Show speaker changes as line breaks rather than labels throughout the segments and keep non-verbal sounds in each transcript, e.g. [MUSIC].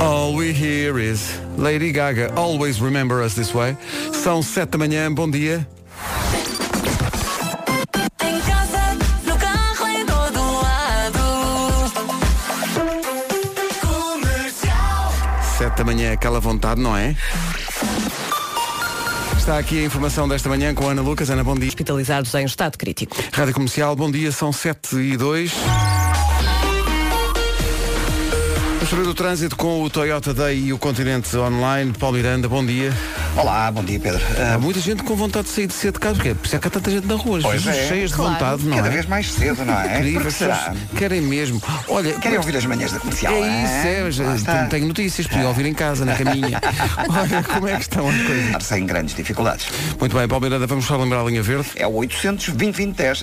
All we hear is Lady Gaga, always remember us this way. São 7 da manhã, bom dia.
Em casa, no carro, em todo lado. Comercial.
7 da manhã, aquela vontade, não é? Está aqui a informação desta manhã com a Ana Lucas. Ana, bom dia.
hospitalizados em estado crítico.
Rádio Comercial, bom dia, são 7 e 2. A história do trânsito com o Toyota Day e o Continente Online. Paulo Miranda, bom dia.
Olá, bom dia Pedro.
Há
Ah,
muita gente com vontade de sair de cedo de casa, porque por isso é que há tanta gente na rua,
Pois
Jesus,
é.
cheias de
Claro.
vontade, não
cada
é?
vez mais cedo, não é?
Incrível,
Porque
as
será?
pessoas Querem mesmo. Olha,
Querem ouvir as manhãs da comercial?
É
hein?
isso, é, mas,
Lá
eh,
está.
tenho, tenho notícias, podia ouvir em casa, na [LAUGHS] caminha. Olha, como é que estão as coisas?
Sem grandes dificuldades.
Muito bem, Paulo Miranda, vamos só lembrar a linha verde.
É o 800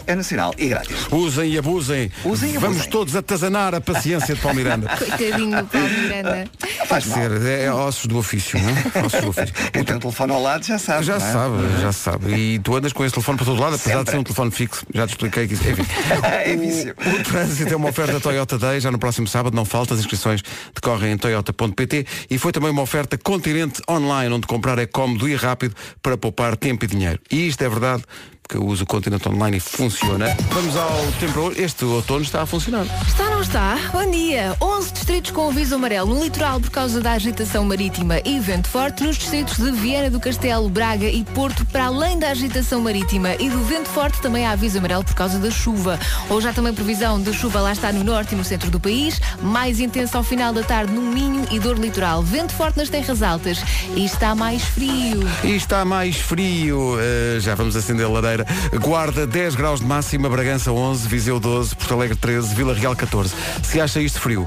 é nacional e grátis.
Usem e abusem.
Usem e
Vamos
abusem.
todos atazanar a paciência de Paulo [LAUGHS] Miranda.
Coitadinho do Paulo Miranda.
Faz
Quer
mal.
dizer, é ossos do ofício, não é? Ossos do ofício. [LAUGHS]
Quem tem o telefone ao lado já sabe.
Já
não é?
sabe, já sabe. E tu andas com esse telefone para todo lado, apesar de
Sempre.
ser um telefone fixo. Já te expliquei que isso. Enfim.
[LAUGHS]
[LAUGHS]
É vício.
O trânsito é uma oferta Toyota Day, já no próximo sábado, não falta, as inscrições decorrem em toyota.pt e foi também uma oferta Continente Online, onde comprar é cómodo e rápido para poupar tempo e dinheiro. E isto é verdade, porque eu uso o Continente Online e funciona. Vamos ao tempo para hoje. Este outono está a funcionar.
Está, não está? Bom dia. 11 distritos com aviso amarelo no litoral por causa da agitação marítima e vento forte nos distritos de Viana do Castelo, Braga e Porto, para além da agitação marítima e do vento forte, também há aviso amarelo por causa da chuva. Hoje há também previsão de chuva lá está no norte e no centro do país, mais intensa ao final da tarde no Minho e dor litoral, vento forte nas terras altas e está mais frio.
E está mais frio, eh, já vamos acender a lareira. Guarda 10 graus de máxima, Bragança 11, Viseu 12, Porto Alegre 13, Vila Real 14. Se acha isto frio,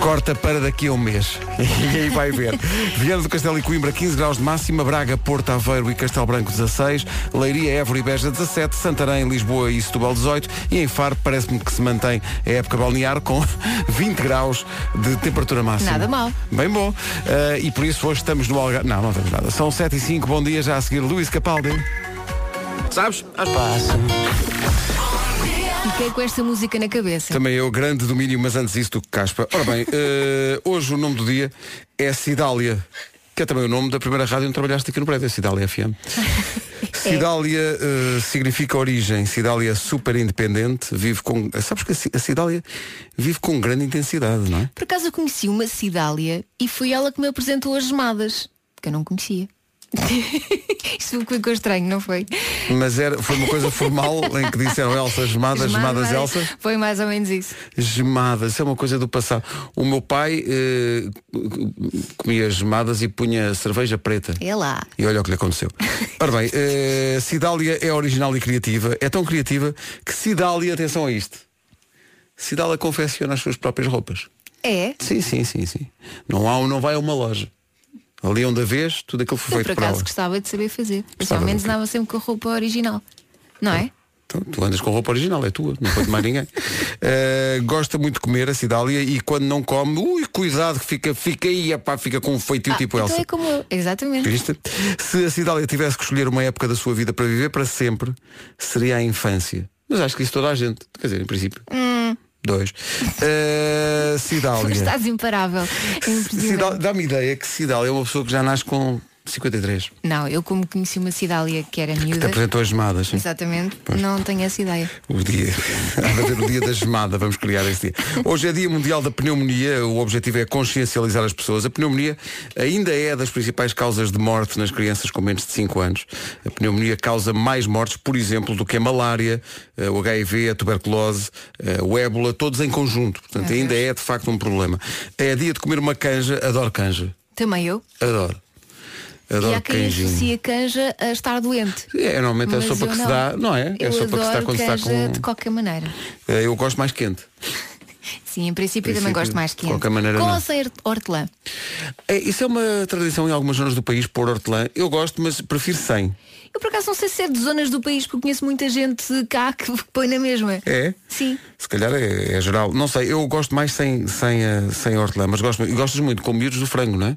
corta para daqui a um mês. [LAUGHS] E aí vai ver. Viana do Castelo e Coimbra 15 graus de máxima, Braga, Porto, Aveiro e Castelo Branco 16, Leiria, Évora e Beja 17, Santarém, Lisboa e Setúbal 18 e em Faro parece-me que se mantém a época balnear com [LAUGHS] 20 graus de temperatura máxima.
Nada mal.
Bem bom. Eh, e por isso hoje estamos no Algarve. Não, não temos nada. São 7 e 5 bom dia já a seguir Luís Capaldi.
Sabes?
Fiquei é com esta música na cabeça.
Também eu, grande domínio, mas antes isso do que caspa. Ora bem, eh, hoje o nome do dia é Cidália, que é também o nome da primeira rádio onde trabalhaste aqui no prédio, é Cidália FM. Cidália eh, significa origem, Cidália é super independente, vive com. Sabes que a Ci- a Cidália vive com grande intensidade, não é?
Por acaso eu conheci uma Cidália e foi ela que me apresentou as gemadas, que eu não conhecia. [LAUGHS] Isto ficou estranho, não foi?
Mas era, foi uma coisa formal em que disseram Elsa, gemadas,
Gemada,
Ah, gemadas, Elsa.
é? Foi mais ou menos isso.
Gemadas, isso é uma coisa do passado. O meu pai eh, comia gemadas e punha cerveja preta.
É lá.
E olha o que lhe aconteceu. Ora bem, eh, Cidália é original e criativa. É tão criativa que Cidália, atenção a isto. Cidália confecciona as suas próprias roupas.
É.
Sim, sim, sim, sim. Não há um, não vai a uma loja. Ali é onde a vez, tudo aquilo foi
Eu por
feito para
acaso
ela.
gostava de saber fazer. Mas
Gostava
ao menos
do quê?
andava sempre com a roupa original. Não é?
Então, tu andas com roupa original, é tua, não foi de mais
[LAUGHS]
ninguém. Eh, gosta muito de comer a Cidália e quando não come, ui, cuidado que fica, fica aí, epá, fica com um feitio
Ah,
tipo
então
Elsa.
é como eu. Exatamente.
Viste? Se a Cidália tivesse que escolher uma época da sua vida para viver para sempre, seria a infância. Mas acho que isso toda a gente, quer dizer, em princípio. Dois. Eh, Cidália.
Estás imparável. É impressionante.
Cidália- Dá-me ideia que Cidália é uma pessoa que já nasce com 53.
Não, eu como conheci uma Cidália que era
Que te
miúda.
apresentou as gemadas. sim.
Exatamente. Não tenho essa ideia.
O
[LAUGHS]
dia. Há de haver o dia da gemada, vamos criar esse dia. Hoje é dia mundial da pneumonia, o objetivo é consciencializar as pessoas. A pneumonia ainda é das principais causas de morte nas crianças com menos de 5 anos. A pneumonia causa mais mortes, por exemplo, do que a malária, eh, o HIV, a tuberculose, eh, o ébola, todos em conjunto. Portanto, ainda é de facto um problema. É dia de comer uma canja, adoro canja.
Também eu.
Adoro.
E há
Adoro
quem
canjinho.
associa canja a estar doente.
É, normalmente é a
Mas
sopa
eu
que se dá, não é? É
Eu
a sopa que se dá
adoro
quando se
canja
está com. um.
de qualquer maneira.
Eh, Eu gosto mais quente.
Sim, em princípio,
Em
também
princípio,
gosto mais
de
quente.
qualquer maneira,
com
não.
ou sem hort- hortelã?
É, isso é uma tradição em algumas zonas do país, pôr hortelã. Eu gosto, mas prefiro sem.
Eu por acaso não sei se é de zonas do país, porque conheço muita gente cá que [LAUGHS] põe na mesma.
É?
Sim.
Se calhar é, é geral. Não sei, eu gosto mais sem, sem, eh, sem hortelã, mas gosto, e gostas muito com miúdos do frango, não é?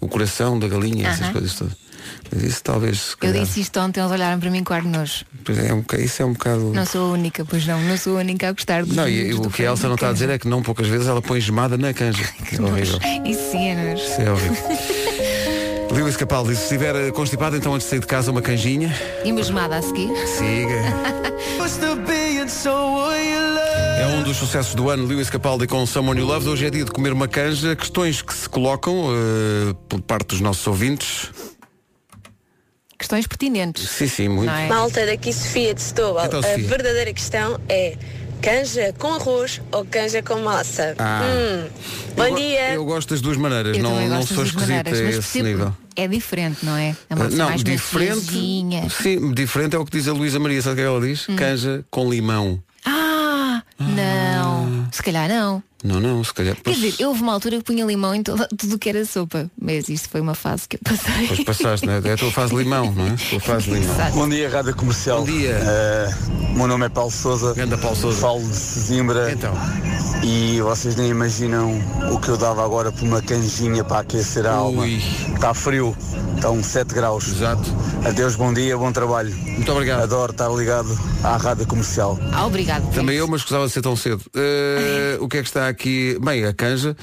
O coração da galinha, essas
Aham.
coisas todas. Mas isso talvez, se
Eu
calhar,
disse isto ontem, eles olharam para mim com ar de nojo.
é um, boca- isso é um bocado...
Não sou a única, pois não, não sou a única a gostar de
Não, e o que a Elsa não está a dizer é que não poucas vezes ela põe gemada na canja. Que é horrível.
[LAUGHS] Isso sim é nojo.
Isso é horrível. Lewis Capaldi, se estiver eh, constipado, então antes de sair de casa, uma canjinha.
E uma gemada a seguir.
Siga. É um dos sucessos do ano, Lewis Capaldi com Someone You Loved. Hoje é dia de comer uma canja. Questões que se colocam eh, por parte dos nossos ouvintes.
Questões pertinentes,
Sim, sim, muito.
não é?
Malta daqui Sofia de Setúbal.
Então,
A
Sofia.
verdadeira questão é canja com arroz ou canja com massa?
Ah.
Hum.
Eu
Bom
go-
dia.
Eu gosto das duas maneiras,
Eu
não,
também
não
gosto
sou
das duas
esquisita
maneiras,
a
mas
esse
percebo-
nível. Eh,
É diferente, não é? A massa é
não,
mais
diferente.
maciazinha. Hum.
Sim, diferente é o que diz a Luísa Maria, sabe o que ela diz? Canja com limão.
Ah, não. Se calhar não.
Não, não, se calhar.
Quer
Ah. pois-
dizer, eu houve uma altura que punha limão em toda- [LAUGHS] tudo o que era sopa. Mas isto foi uma fase que eu passei.
Pois passaste, não é? É a tua fase limão, não é? A tua fase
[LAUGHS]
limão.
Exato.
Bom dia, Rádio Comercial.
Bom dia.
Eh, meu nome é Paulo Souza.
Ganda Paulo Sousa.
Falo de Sesimbra.
Então.
E vocês nem imaginam o que eu dava agora por uma canjinha para aquecer a alma.
Ui.
Está frio, estão 7 graus.
Exato.
Adeus, bom dia, bom trabalho.
Muito obrigado.
Adoro estar ligado à Rádio Comercial.
Ah, obrigado.
Também eu, mas gostava de ser tão cedo. Eh, o que é que está aqui? Bem, a canja.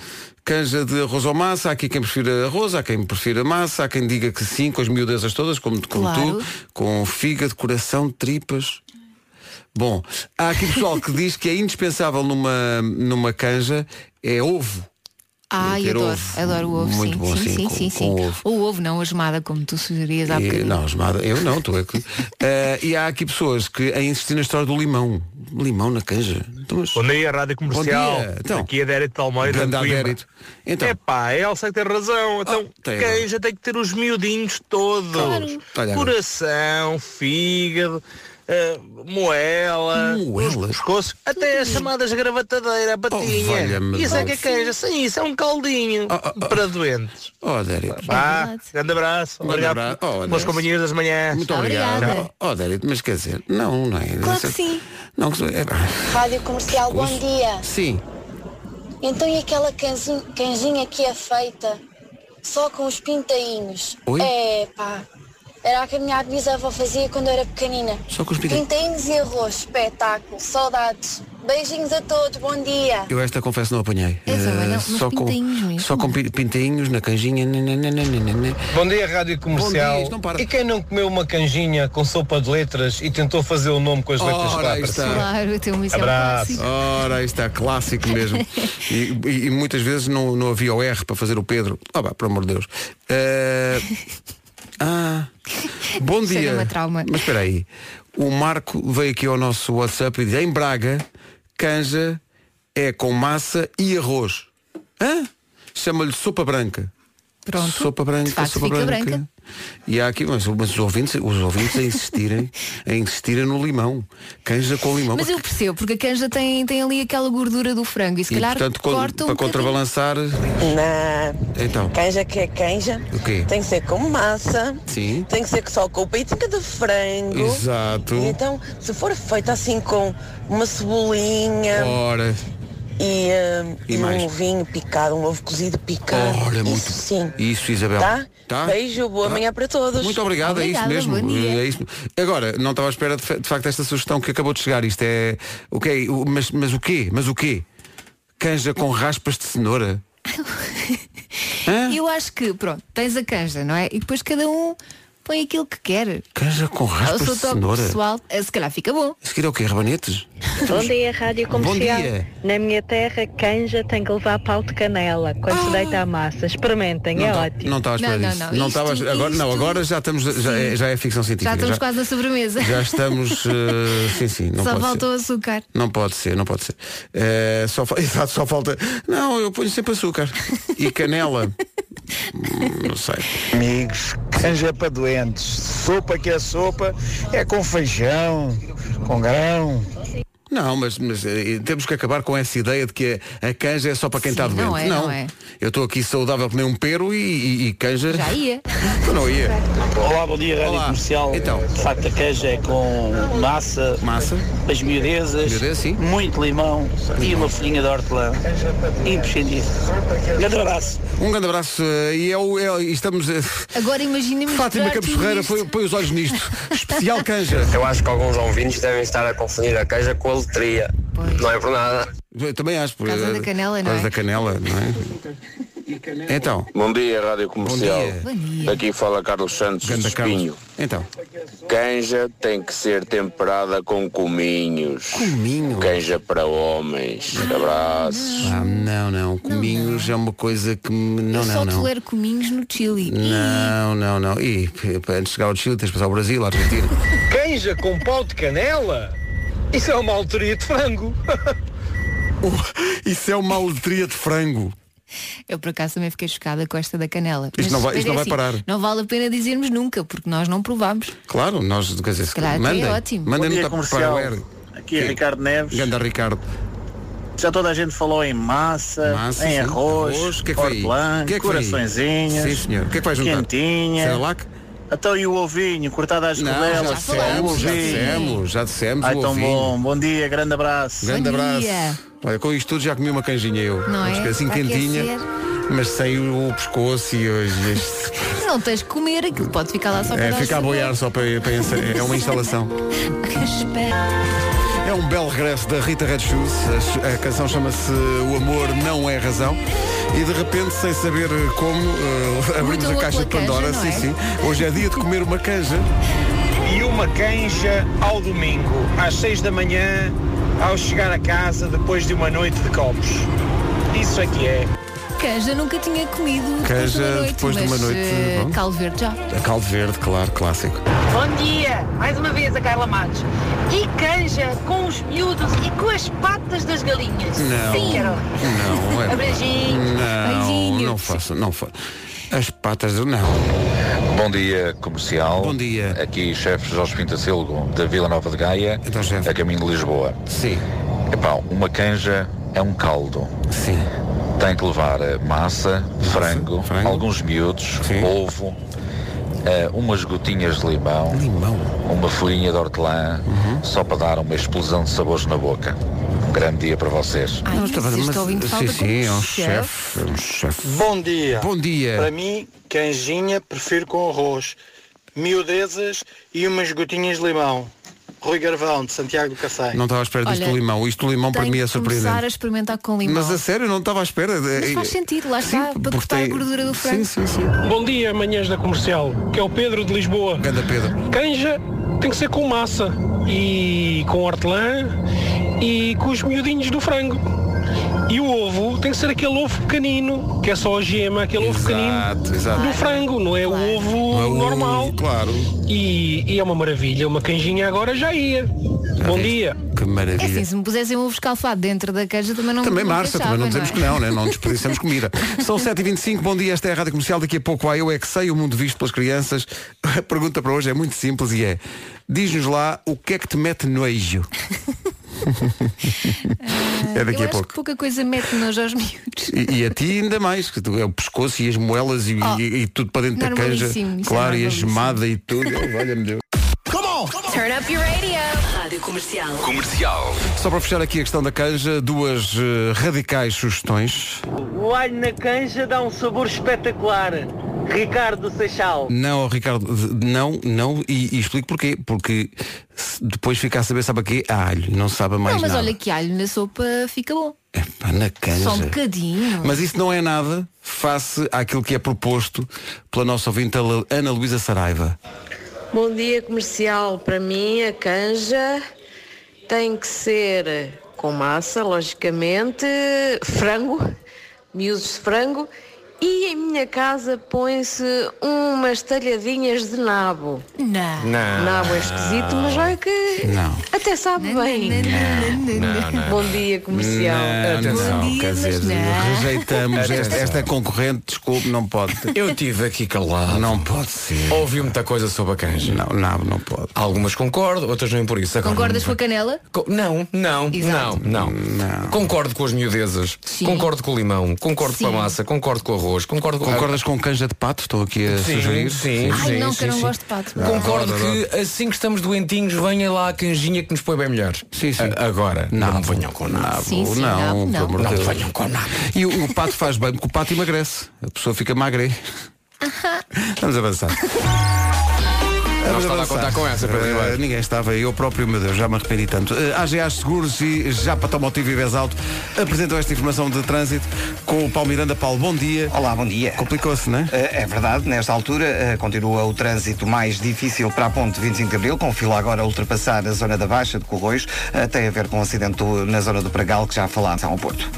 Canja de arroz ou massa, há aqui quem prefira arroz, há quem prefira massa, há quem diga que sim, com as miudezas todas, como, como
Claro.
tu, com fígado, coração, tripas. Bom, há aqui pessoal que diz que é indispensável numa, numa canja é ovo.
Ah,
ter
eu adoro,
ovo.
adoro o ovo,
Muito
sim,
bom,
sim,
sim,
sim,
com-
sim, sim.
com ovo.
O ovo não, a gemada, como tu sugerias há
E,
bocadinho.
É, não, esmada, eu não, estou aqui. Eh, e há aqui pessoas que a insistir na história do limão. Limão na canja. Então, mas-
Bom dia, Rádio Comercial.
Bom dia. Então.
Aqui é Dérito de Almeida. É
Grande
Coimbra.
Adérito. Então. Oh,
Epá, a Elsa que tem razão. Então,
tem
quem
razão.
já tem que ter os miudinhos todos.
Olha agora.
Coração, fígado, eh, moela,
Moelas?
os pescoços, até as chamadas gravatadeiras, a batinha.
Oh, valha-me
isso é que é
Deus.
queijo, sim, isso é um caldinho
Ah, ah, ah.
para doentes.
Oh, Adérito.
Pá,
verdade.
grande abraço.
Grande abraço.
Obrigado
Oh,
pelas
adeus.
companhias das manhãs.
Muito
Obrigada.
obrigado. Ó, ó, Dérito, mas quer dizer, não, não é?
Claro que sim.
Não, que- é,
Rádio Comercial, bom dia.
Sim.
Então e aquela canzinha- canjinha que é feita só com os pintainhos?
Oi?
É pá. Era a que a minha bisavó fazia quando eu era pequenina.
Só com os pintainhos?
Pintainhos e arroz, espetáculo, saudades. Beijinhos a todos, bom dia.
Eu esta confesso não apanhei.
Eu também não,
Eh,
mas
só com
pintainhos mesmo.
Só com pi- pintainhos na canjinha. né, nã, nã, nã, nã, nã, nã.
Bom dia, Rádio
Bom dia,
Comercial.
isto não para.
e quem não comeu uma canjinha com sopa de letras e tentou fazer o nome com as letras
Ora,
para
aí
aparecer?
está.
Claro, tem um missão
Abraço.
clássico.
Ora, isto está clássico mesmo. E, e- e muitas vezes não, não havia o R para fazer o Pedro. Ah, pá, por amor de Deus. Eh, ah, bom
Isso era
dia.
uma trauma.
Mas espera aí. O Marco veio aqui ao nosso WhatsApp e diz, em Braga, canja é com massa e arroz. Hã? Chama-lhe sopa branca.
Pronto.
Sopa branca,
De facto,
sopa
fica
branca.
branca.
E há aqui, mas, mas os ouvintes, os ouvintes a insistirem, a insistirem no limão. Canja com limão.
Mas
Mas
eu percebo, porque a canja tem, tem ali aquela gordura do frango e se
e
calhar
portanto, con-
corta um
para
bocadinho.
contrabalançar,
Na
então,
canja que é canja,
O quê?
tem que ser com massa,
Sim.
tem que ser só com o peitinho de frango.
Exato.
E então, se for feita assim com uma cebolinha
ora,
e, hum,
Oh. E
e
mais?
um ovinho picado, um ovo cozido picado,
ora,
isso
muito.
sim.
Isso, Isabel.
Tá?
Tá?
Beijo, boa
Tá.
manhã para todos.
Muito obrigado,
Obrigada,
é isso
bom
mesmo.
dia.
É isso. Agora, não estava à espera de, fa- de facto esta sugestão que acabou de chegar. Isto é. Ok, o- mas, mas o quê? Mas o quê? Canja com raspas de
[LAUGHS]
cenoura. Hã?
Eu acho que, pronto, tens a canja, não é? E depois cada um põe aquilo que quer.
Canja com
Ao
raspas
seu
de
toque
cenoura.
pessoal, eh, se calhar fica bom.
A seguir é o quê? Rabanetes?
Bom dia, Rádio Comercial.
Bom dia.
Na minha terra, canja tem que levar pau de canela quando se deita a massa. Experimentem, é
tá-
ótimo.
Ah. Não estava à espera
Não, não,
disso.
não.
Não
Isto- é
estava à espera- agora, não,
isto-
agora já estamos. Já é, já é ficção científica.
Já estamos quase na sobremesa.
[LAUGHS] já
[LAUGHS]
estamos, eh, sim, sim. Não
Só
pode ser.
falta o açúcar.
Não pode ser, não pode ser. Eh, só, fa- [LAUGHS] exato, só falta. Não, eu ponho sempre açúcar. E canela.
[LAUGHS]
Hum, não sei.
Amigos, canja para doentes. Sopa que é sopa, é com feijão, com grão.
Não, mas, mas, eh, temos que acabar com essa ideia de que a, a canja é só para quem está doente.
não é, não é.
Eu estou aqui saudável que nem um pero e, e- e canja.
Já ia.
Eu não ia.
Olá, bom dia, Rádio
Olá.
Comercial.
Então.
De facto, a queijo é com massa,
massa.
as miudezas, muito limão e uma folhinha de hortelã. Imprescindível. Grande abraço.
Um grande abraço eh, e é o- é- e estamos. eh,
Agora imaginemos.
Fátima Campos Ferreira põe, põe os olhos nisto. Especial canja.
Eu acho que alguns ouvintes devem estar a confundir a queijo com a letria. Não é por nada.
Eu também acho. Por
causa da canela,
por
não
causa
é?
da canela, não é? Então.
Bom dia, Rádio Comercial.
Bom
Aqui fala Carlos Santos de Espinho.
Então.
Canja tem que ser temperada com cominhos.
Cominho?
Canja para homens. Abraços.
Ah, não, não. Cominhos é uma coisa que. me- Não,
Eu
não,
só
não.
tolero cominhos no Chile.
Não, não, não. E p- p- antes de chegar ao Chile tens de passar ao Brasil, à [LAUGHS] Argentina.
Canja com pau de canela? Isso é uma autoria de frango.
Isso é uma letria de frango.
Eu por acaso também fiquei chocada com esta da canela.
Isto não vai- isto
mas é
não vai parar.
Não vale a pena dizermos nunca, porque nós não provámos.
Claro, nós, quer dizer, se
calhar até
mandem,
é ótimo.
mandem
Bom
no
dia,
tap-
comercial.
para o Air.
Aqui é Ricardo Neves.
Ganda Ricardo.
Já toda a gente falou em massa,
Massa,
Eh, em
sim.
arroz,
Arroz, o que é que foi aí?
hortelã,
O que é que foi aí?
coraçõezinhos,
Sim, senhor. O que é que vai juntar?
quentinha,
Seralac?
até e o ovinho cortado às
Não, já
rodelas,
dissemos, já
ovinho.
dissemos, já dissemos
Ai,
o
tão
ovinho.
bom, bom dia, grande abraço.
Grande abraço. Olha, com isto tudo já comi uma canjinha eu.
Não é?
Fiquei assim
Para
quentinha,
aquecer.
mas sem o pescoço e hoje. este-
Não tens que comer, aquilo pode ficar lá só para
É,
dar
fica a
sabor.
boiar só para, para ensa- É uma instalação. É um belo regresso da Rita Red Shoes. A ch- A, canção chama-se O Amor Não É Razão. E de repente, sem saber como, eh, abrimos a
boa
caixa de
pela canja,
Pandora.
não
sim,
é?
sim. Hoje é dia de comer uma canja.
E uma canja ao domingo, às 6 da manhã, ao chegar a casa depois de uma noite de copos. Isso é que é.
Canja nunca tinha comido depois de uma
Canja
noite,
depois de uma
mas,
noite,
eh,
bom.
caldo verde já.
A caldo verde, claro, clássico.
Bom dia, mais uma vez a Carla Matos. E canja com os miúdos e com as patas das galinhas.
Não.
Sim, Carol.
Não, é.
Beijinhos.
Não,
Beijinhos.
não faço, não faço. As patas, não.
Bom dia, comercial. Bom
dia.
Aqui, chefe Jorge Pintacilgo, da Vila Nova de Gaia, a é caminho de Lisboa.
então, Sim.
Epá, uma canja é um caldo.
Sim.
Tem que levar eh, massa, frango, alguns miúdos, ovo, eh, umas gotinhas de limão, uma folhinha de hortelã, só para dar uma explosão de sabores na boca. Um grande dia para vocês.
Não, estava-
este
mas- tá
ouvinte
sim,
falta
sim, é
como
um
chefe.
chefe. É um chefe.
Bom dia.
Bom dia.
Para mim, canjinha prefiro com arroz, miudezas e umas gotinhas de limão. Rui Garvão, de Santiago do Cacém.
Não estava à espera disto
Olha,
do limão. Isto do limão para
Tenho
mim é
que começar a
surpreendente.
experimentar com limão.
Mas a sério, não estava à espera.
Mas faz sentido, lá está, para
porque
cortar a
tem-
gordura do frango.
Sim, sim, sim.
Bom dia, manhãs da comercial, que é o Pedro de Lisboa.
Ganda Pedro.
Canja tem que ser com massa e com hortelã e com os miudinhos do frango. E o ovo tem que ser aquele ovo pequenino, que é só a gema, aquele ovo pequenino
exato.
do frango, não é o ovo normal.
Claro.
E, e é uma maravilha, uma canjinha agora já ia.
Tá
Bom dia.
Que
É assim,
maravilha.
se me pusessem um ovo escalfado dentro da canja também não
Também
não
Marça,
deixava,
também não dizemos que
é?
não, né? não desperdiçamos comida.
[LAUGHS]
São 7h25, bom dia, esta é a Rádio Comercial, daqui a pouco há Eu É Que Sei, o mundo visto pelas crianças. A pergunta para hoje é muito simples e é, diz-nos lá o que é que te mete
[LAUGHS]
nojo? é daqui a
Eu acho
pouco.
que pouca coisa mete nos aos [LAUGHS] miúdos.
E, e a ti ainda mais, que tu- é o pescoço e as moelas e,
Oh,
e- e tudo para dentro da canja.
normalíssimo, isso é
Claro, e a
normalíssimo.
gemada e tudo. Oh, Olha-me Deus.
Come on! Turn up your radio. Rádio Comercial.
Comercial.
Só para fechar aqui a questão da canja, duas eh, radicais sugestões.
O alho na canja dá um sabor espetacular. Ricardo Seixal.
Não, Ricardo, de- não, não, e, e explico porquê. Porque se depois fica a saber, sabe a quê? A alho, não sabe a mais
não, mas
nada.
olha que alho na sopa fica bom.
Pá, na
Só um
canja.
bocadinho.
é. Mas isso não é nada face àquilo que é proposto pela nossa ouvinte Ana Luísa Saraiva.
Bom dia comercial. Para mim, a canja tem que ser com massa, logicamente, frango, miúdos de frango E em minha casa põe-se umas talhadinhas de nabo.
Não.
Não.
Nabo é esquisito, mas olha que
Não.
até sabe bem.
não, não.
Bom dia, comercial.
Ah,
Atenção,
Bom dia,
quer
mas
dizer,
É.
não.
rejeitamos
[LAUGHS]
Atenção.
esta, esta concorrente, desculpe, não pode.
Eu tive aqui calado.
Não pode ser.
Ouvi muita coisa sobre a canja. Não,
não, não pode.
Algumas concordo, outras nem por isso. Agora
Concordas
é?
com
não
a canela?
Co- Não, não,
Exato.
não, não, Concordo com as miudezas. Concordo com o limão. Concordo com a
Sim.
massa. Concordo com o arroz. Concordo com
Concordas com canja de pato? Estou aqui a
Sim,
sugerir.
sim,
Ai, não, que eu não
sim.
gosto de pato.
Concordo
Adoro,
que assim que estamos doentinhos, venha lá a canjinha que nos põe bem melhor. Sim, sim. agora, não, venham com nada.
Sim, sim, Não, não, pelo amor de
Não
Deus.
venham com nada.
E o, o pato faz bem, porque o pato emagrece. A pessoa fica magra. Vamos [LAUGHS] avançar.
Não
Vamos
estava a
avançar.
contar com essa, Pedro
Eh,
Ribeiro.
Ninguém estava, eu próprio, meu Deus, já me arrependi tanto. Eh, AGA Seguros e Japa Tomotivo e Vez Alto apresentam esta informação de trânsito com o Paulo Miranda. Paulo, bom dia.
Olá, bom dia.
Complicou-se, não é?
É verdade, nesta altura eh, continua o trânsito mais difícil para a ponte 25 de Abril, com fila agora a ultrapassar a zona da Baixa de Corroios, eh, tem a ver com o acidente do- na zona do Pragal, que já falámos ao Porto.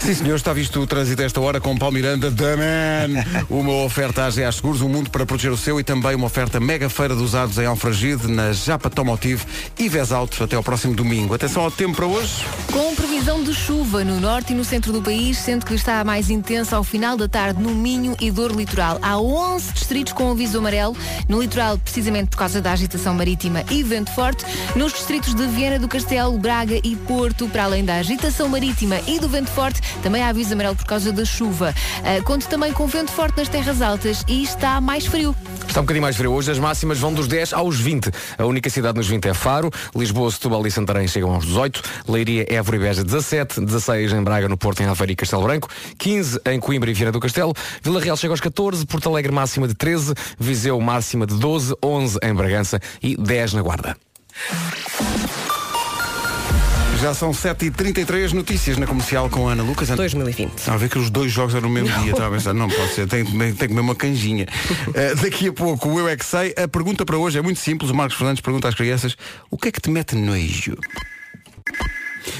Sim, senhor, está visto o trânsito a esta hora com Paulo Miranda, da Man. Uma oferta à GA Seguros, um mundo para proteger o seu e também uma oferta mega feira de usados em Alfragide, na Japa Tomotive e Vez Alto, até ao próximo domingo. Atenção ao tempo para hoje.
Com previsão de chuva no norte e no centro do país, sendo que está a mais intensa ao final da tarde no Minho e Dor Litoral. Há 11 distritos com aviso amarelo, no litoral precisamente por causa da agitação marítima e vento forte, nos distritos de Viena do Castelo, Braga e Porto, para além da agitação marítima e do vento forte, também há aviso amarelo por causa da chuva. Ah, conto também com vento forte nas terras altas e está mais frio.
Está um bocadinho mais frio hoje, as máximas vão dos 10 aos 20. A única cidade nos 20 é Faro, Lisboa, Setúbal e Santarém chegam aos 18, Leiria, Évora e Beja 17, 16 em Braga, no Porto, em Aveiro e Castelo Branco, 15 em Coimbra e Vieira do Castelo, Vila Real chega aos 14, Porto Alegre máxima de 13, Viseu máxima de 12, 11 em Bragança e 10 na Guarda.
Já são 7h33, notícias na comercial com a Ana Lucas.
2020.
Estava a ver que os dois jogos eram no mesmo dia. Estava a pensar, não pode ser, tem tem que comer uma canjinha. Eh, daqui a pouco, o Eu É Que Sei. A pergunta para hoje é muito simples. O Marcos Fernandes pergunta às crianças, o que é que te mete nojo?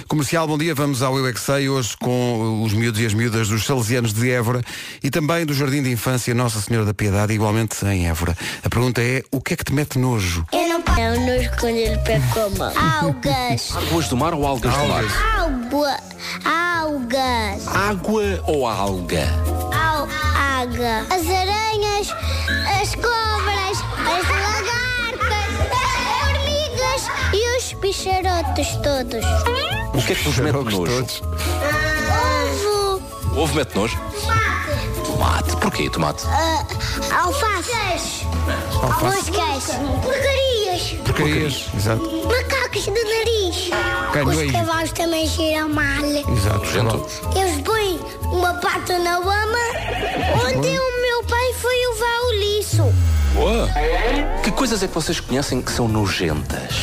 Comercial, bom dia, vamos ao Eu é Que Sei, hoje com os miúdos e as miúdas dos Salesianos de Évora e também do Jardim de Infância Nossa Senhora da Piedade, igualmente em Évora. A pergunta é, o que é que te mete nojo?
Eu não posso. É o nojo quando ele pega com a mão. Algas.
Águas do mar ou algas, do mar?
Água. Algas.
Água ou alga?
Al água. As aranhas, as cobras, as lagartas, as formigas e os picharotos todos.
O que é que vos mete nojo?
Ovo.
Ovo mete nojo? Tomate. Porquê tomate?
ah, alfaces.
Alface.
Moscas. Porcarias.
Porcarias. Exato.
Macacos do nariz.
Ganhou aí.
Os cavalos também giram mal.
Exato.
Eles põem uma pata na lama. Ontem o meu pai foi levar o lixo.
Boa! Que coisas é que vocês conhecem que são nojentas?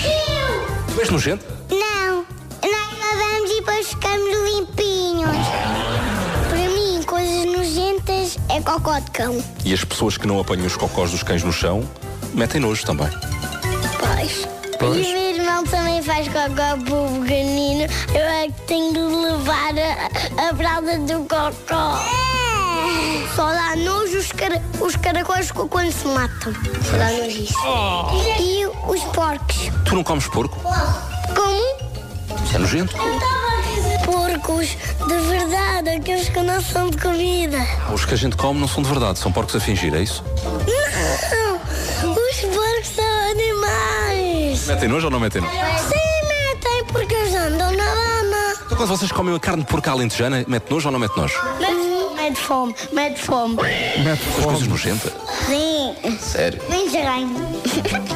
Tu és nojento?
Não, nós lavamos e depois ficamos limpinhos.
Ah.
Para mim, coisas nojentas é cocó de cão.
E as pessoas que não apanham os cocós dos cães no chão metem nojo também.
Pois.
Pois.
E o meu irmão também faz cocó bobo ganino. Eu é que tenho de levar a, a fralda do cocó. Só dá nojo os, cara, os caracóis co- quando se matam. Só dá nojo isso. E os porcos.
Oh. Tu não comes porco?
Como?
Isso é nojento.
Porcos de verdade, aqueles que não são de comida.
Os que a gente come não são de verdade, são porcos a fingir, é isso?
Não! Os porcos são animais!
Metem nojo ou não metem nojo?
Sim, metem porque eles andam na lama.
Então quando vocês comem a carne de porco à lentejana, mete nojo ou não mete nojo?
Mete fome, mete fome.
Mete
Essas coisas nojentas?
Sim.
Sério?
Vem ranho.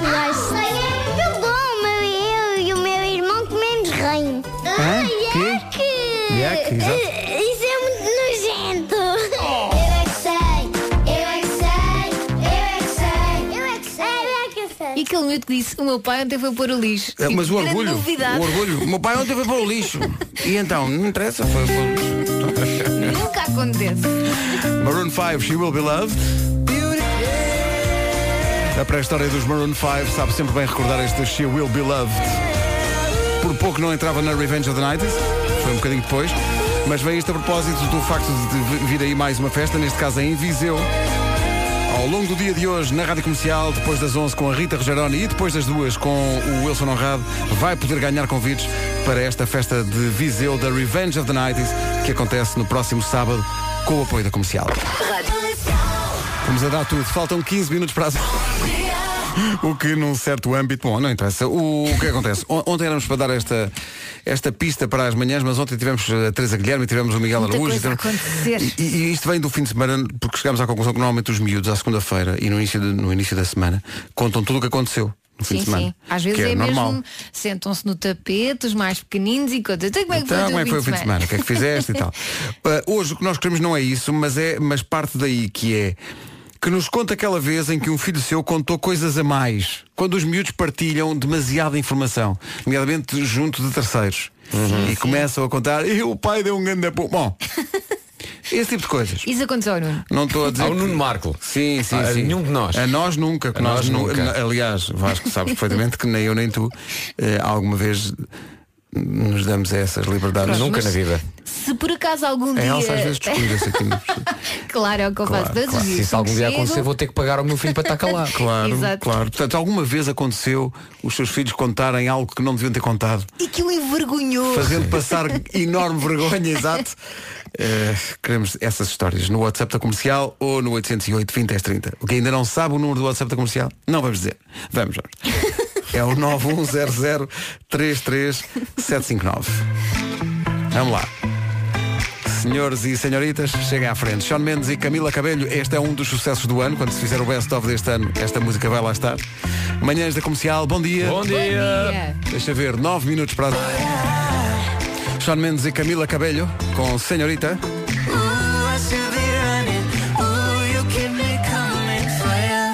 Ai, é muito bom, meu, eu e o meu irmão comemos ranho.
Hã?
Iaque!
Iaque, exato.
Isso é muito nojento. Eu é que sei, eu é que sei, eu é que sei, eu é que sei, eu é que sei.
E aquele miúdo que disse, o meu pai ontem foi pôr o lixo.
É, mas
E
o
grande
orgulho,
novidade.
o orgulho. O meu pai ontem foi para o lixo. E então, não interessa, foi para o lixo.
Nunca acontece.
Maroon 5, She Will Be Loved. A pré-história dos Maroon 5 sabe sempre bem recordar este She Will Be Loved. Por pouco não entrava na Revenge of the Night. Foi um bocadinho depois. Mas vem isto a propósito do facto de vir aí mais uma festa, neste caso em Viseu. Ao longo do dia de hoje, na Rádio Comercial, depois das 11 com a Rita Rogeroni e depois das 2 com o Wilson Honrado, vai poder ganhar convites para esta festa de Viseu da Revenge of the Nights, que acontece no próximo sábado com o apoio da Comercial. Vamos a dar tudo. Faltam 15 minutos para as... O que num certo âmbito, bom, não interessa. O, o que acontece? On- Ontem éramos para dar esta, esta pista para as manhãs, mas ontem tivemos a Teresa Guilherme, tivemos o Miguel
Muita
Araújo.
coisa a
tivemos-
acontecer.
E, e isto vem do fim de semana, porque chegámos à conclusão que normalmente os miúdos, à segunda-feira e no início, de- no início da semana, contam tudo o que aconteceu no fim
Sim,
de semana.
sim. Às vezes
que
é,
é, normal.
mesmo. Sentam-se no tapete, os mais pequeninos e contam. Então, como é que
Então,
foi, o teu
como é que foi o fim de semana? O que é que fizeste e [LAUGHS] tal? Ah, hoje o que nós queremos não é isso, mas, é, mas parte daí que é que nos conta aquela vez em que um filho seu contou coisas a mais, quando os miúdos partilham demasiada informação, nomeadamente junto de terceiros. e começam a contar, e o pai deu um grande apo-" Bom, esse tipo de coisas.
Isso aconteceu ao Nuno.
Não estou a dizer.
Ao
que-
Nuno Marco.
Sim, sim,
A
sim.
nenhum de nós.
A nós nunca. que
A
nós
nós
nu-
nunca.
na- Aliás, Vasco, sabes perfeitamente que nem eu nem tu eh, alguma vez nos damos essas liberdades.
Pronto, Nunca mas- na vida. Se por acaso algum
A
dia.
É, Elsa às vezes descuida-se aqui.
[LAUGHS] claro, é o que eu faço todos os dias.
Se isso algum dia
Chego,
acontecer, vou ter que pagar ao meu filho para estar calado.
Claro,
[LAUGHS] Exato.
claro. Portanto, alguma vez aconteceu os seus filhos contarem algo que não deviam ter contado,
E que o envergonhou.
fazendo passar enorme vergonha, exato. Eh, queremos essas histórias no WhatsApp da comercial ou no 808 20 10 30. O que ainda não sabe o número do WhatsApp da comercial? Não vamos dizer. Vamos, Jorge. É o 9100 33759. Vamos lá. Senhores e senhoritas, cheguem à frente. Sean Mendes e Camila Cabelho, este é um dos sucessos do ano. Quando se fizer o best-of deste ano, esta música vai lá estar. Manhãs da Comercial, bom dia.
Bom dia. Bom dia.
Deixa ver, 9 minutos para... as- Sean Mendes e Camila Cabelho, com Senhorita.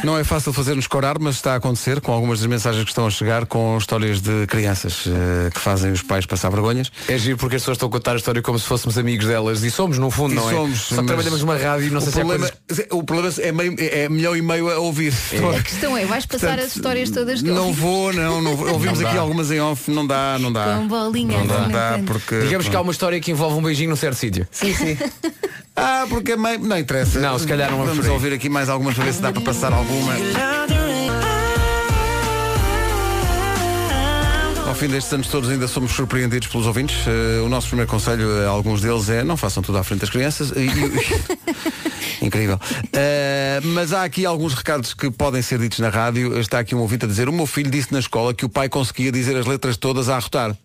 Não é fácil fazer-nos corar, mas está a acontecer com algumas das mensagens que estão a chegar com histórias de crianças eh, que fazem os pais passar vergonhas.
É giro porque as pessoas estão a contar a história como se fôssemos amigos delas e somos no fundo,
E
não
somos,
é? Só
mas
que trabalhamos numa rádio e não
o
sei se
problema,
é coisas...
O problema é, meio, é melhor e meio a ouvir.
A questão é, vais passar
Portanto,
as histórias todas que eu
Não
vi.
vou, não, não vou. Ouvimos
Não dá.
aqui algumas em off, não dá, não dá.
Com bolinhas
Não dá,
no
dá,
canto.
porque.
Digamos que há uma história que envolve um beijinho num certo sítio.
Sim, sim. Ah, porque a mãe. Não interessa.
Não, se calhar não vamos
Vamos
por aí.
ouvir aqui mais algumas para ver se dá para passar alguma. Ao fim destes anos todos ainda somos surpreendidos pelos ouvintes. Eh, o nosso primeiro conselho a alguns deles é não façam tudo à frente das crianças. E- e- [LAUGHS] Incrível. Eh, mas há aqui alguns recados que podem ser ditos na rádio. Está aqui um ouvinte a dizer, o meu filho disse na escola que o pai conseguia dizer as letras todas a arrotar.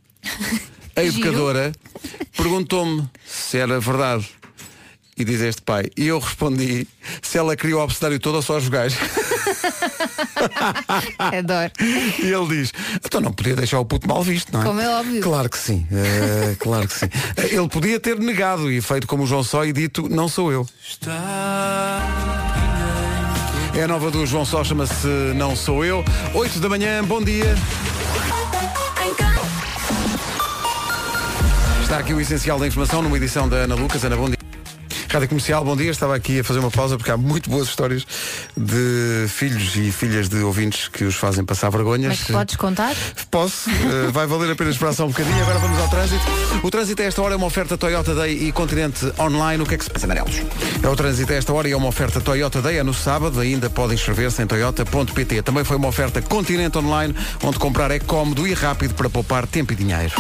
A
Giro.
educadora perguntou-me se era verdade. E diz este pai. E eu respondi se ela criou o obsedário todo ou só os gajos.
Adoro.
E ele diz, então não podia deixar o puto mal visto, não é?
Como é óbvio.
Claro que sim,
[LAUGHS]
eh, claro que sim. Ele podia ter negado e feito como o João Só e dito, não sou eu. É a nova do João Só, chama-se Não Sou Eu. 8 da manhã, bom dia. Está aqui o essencial da informação numa edição da Ana Lucas. Ana, bom dia. Rádio Comercial, bom dia. Estava aqui a fazer uma pausa porque há muito boas histórias de filhos e filhas de ouvintes que os fazem passar vergonhas.
Mas é podes contar?
Posso? Eh, vai valer apenas para só um bocadinho. Agora vamos ao trânsito. O trânsito a esta hora é uma oferta Toyota Day e Continente Online. O que é que se passa? Amarelos. É o trânsito a esta hora e é uma oferta Toyota Day. É no sábado. Ainda pode inscrever-se em toyota.pt. Também foi uma oferta Continente Online, onde comprar é cómodo e rápido para poupar tempo e dinheiro.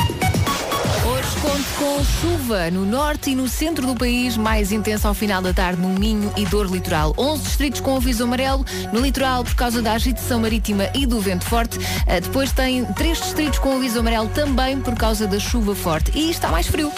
Hoje conto com chuva no norte e no centro do país, mais intensa ao final da tarde no Minho e Dor Litoral. 11 distritos com aviso amarelo no litoral por causa da agitação marítima e do vento forte. Ah, Depois tem três distritos com aviso amarelo também por causa da chuva forte. E está mais frio.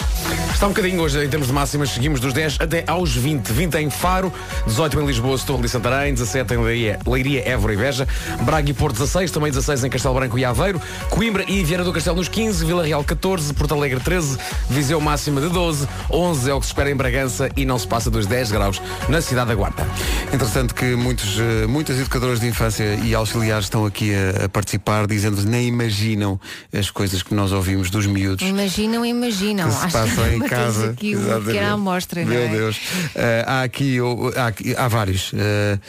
Está um bocadinho hoje em termos de máximas, seguimos dos 10 até aos 20. 20 em Faro, 18 em Lisboa, Setúbal e Santarém, 17 em Leiria, Leiria, Évora e Beja, Braga e Porto 16, também 16 em Castelo Branco e Aveiro, Coimbra e Vieira do Castelo nos 15, Vila Real 14, Porto Alegre 13, Viseu máxima de 12, 11 é o que se espera em Bragança e não se passa dos 10 graus na cidade da Guarda.
Interessante que muitos, eh, muitas educadoras de infância e auxiliares estão aqui a, a participar, dizendo que nem imaginam as coisas que nós ouvimos dos miúdos.
Imaginam, imaginam.
que se passam
[LAUGHS]
em casa.
Aqui um que
Exatamente.
era a amostra,
Meu
não é?
Deus. Eh, há, aqui, eu- há aqui- há vários. Eh,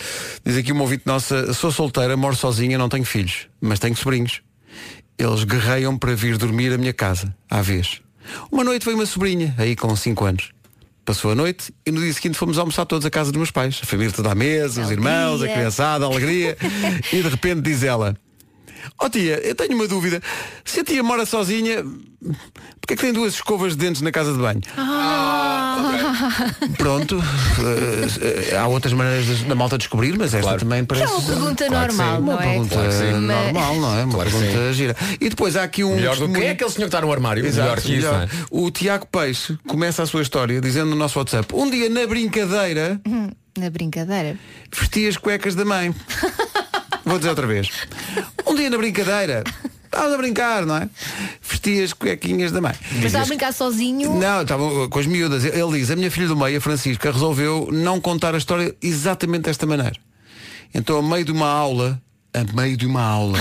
diz aqui uma ouvinte nossa, sou solteira, moro sozinha, não tenho filhos, mas tenho sobrinhos. Eles guerreiam para vir dormir à minha casa, à vez. Uma noite veio uma sobrinha, aí com 5 anos. Passou a noite e no dia seguinte fomos almoçar todos à casa dos meus pais. A família toda à mesa, os irmãos, a
dia.
criançada, a alegria. e de repente diz ela, ó tia, eu tenho uma dúvida. Se a tia mora sozinha, porque é que tem duas escovas de dentes na casa de banho? Pronto, eh, eh, há outras maneiras de- da malta descobrir, mas esta também
Que
parece.
é uma pergunta
Claro que
normal,
sim.
não
Uma
é?
pergunta
Claro que sim. Mas-
normal, não é? Uma
Claro que
pergunta
sim.
gira. E depois há aqui um.
Melhor do que
testemunho-
é aquele senhor que está no armário.
Exato,
melhor que isso,
melhor.
não é?
O Tiago Peixe começa a sua história dizendo no nosso WhatsApp: Um dia na brincadeira
Hum, Na brincadeira.
vesti as cuecas da
[LAUGHS]
mãe. Vou dizer outra vez. Um dia na brincadeira. Estavas a brincar, não é? Vesti as cuequinhas da mãe.
Mas estava a brincar sozinho.
Não, estava com as miúdas. Ele diz, a minha filha do meio, a Francisca, resolveu não contar a história exatamente desta maneira. Então, a meio de uma aula, a meio de uma aula,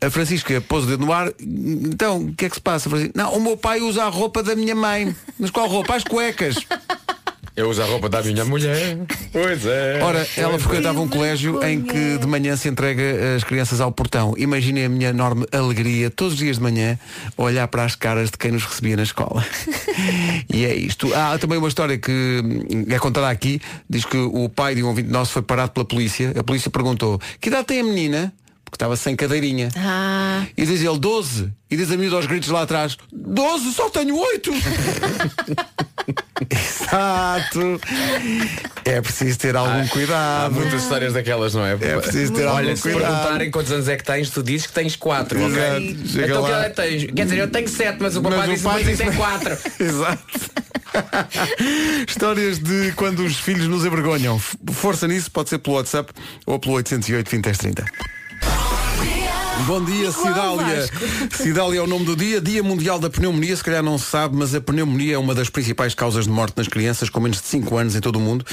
a Francisca pôs o dedo no ar, então, o que é que se passa? Francisca? Não, o meu pai usa a roupa da minha mãe. Mas qual roupa? As cuecas.
Eu uso a roupa da minha mulher. Pois é.
Ora, ela
Pois é.
frequentava um colégio em que de manhã se entrega as crianças ao portão. Imaginem a minha enorme alegria todos os dias de manhã a olhar para as caras de quem nos recebia na escola. e é isto. Há também uma história que hum, é contada aqui. Diz que o pai de um ouvinte nosso foi parado pela polícia. A polícia perguntou, que idade tem a menina? Porque estava sem cadeirinha.
Ah.
E diz ele 12. E diz a miúda aos gritos lá atrás, 12, só tenho 8. [LAUGHS] Exato. É preciso ter algum cuidado.
Há muitas histórias daquelas, não é? É
preciso ter
Olha,
algum
se
cuidado.
perguntarem quantos anos é que tens, tu dizes que tens 4, ok?
Exato. Chega
então que
lá.
idade tens? Quer dizer, eu tenho 7, mas o papai
Mas o
disse
pai
que
disse-
tem 4.
Exato. Histórias de quando os filhos nos envergonham. F- Força nisso, pode ser pelo WhatsApp ou pelo 808 20 10 30. Bom dia, Cidália. Cidália é o nome do dia, Dia Mundial da Pneumonia. Se calhar não se sabe, mas a pneumonia é uma das principais causas de morte nas crianças com menos de 5 anos em todo o mundo.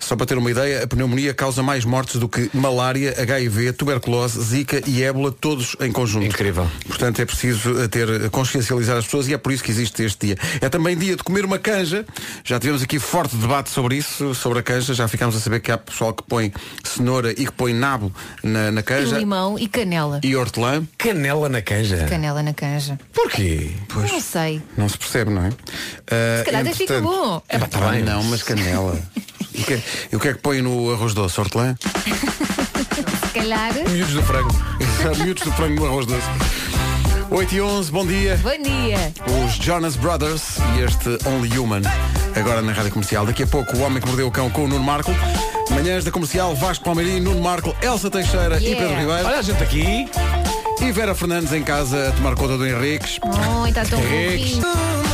Só para ter uma ideia, a pneumonia causa mais mortes do que malária, HIV, tuberculose, zika e ébola, todos em conjunto. [LAUGHS] Incrível. Portanto, é preciso eh, ter eh, consciencializar as pessoas e é por isso que existe este dia. É também dia de comer uma canja. Já tivemos aqui forte debate sobre isso, sobre a canja. Já ficámos a saber que há pessoal que põe cenoura e que põe nabo na, na
E
canja.
limão e canela.
E hortelã? Canela na canja.
Canela na canja.
Porquê? Pois.
Não sei.
Não se percebe, não é? Ah,
Se calhar até fica
entretanto-
bom.
É pá, tá bem. Não, mas
[LAUGHS]
canela. E o que, é- e o que é que põe no arroz doce? Hortelã?
Se calhar.
Miúdos do frango. [LAUGHS] Miúdos do frango no arroz doce. 8 e 11, bom dia.
Bom dia.
Os Jonas Brothers e este Only Human, agora na Rádio Comercial. Daqui a pouco, o Homem que Mordeu o Cão com o Nuno Marco. Manhãs da Comercial, Vasco Palmeirim, Nuno Marco, Elsa Teixeira e
Yeah.
Pedro Ribeiro.
Olha
a gente aqui. E Vera Fernandes em casa a tomar conta do Henriques.
Oh, está tão
Henriques.
fofinho.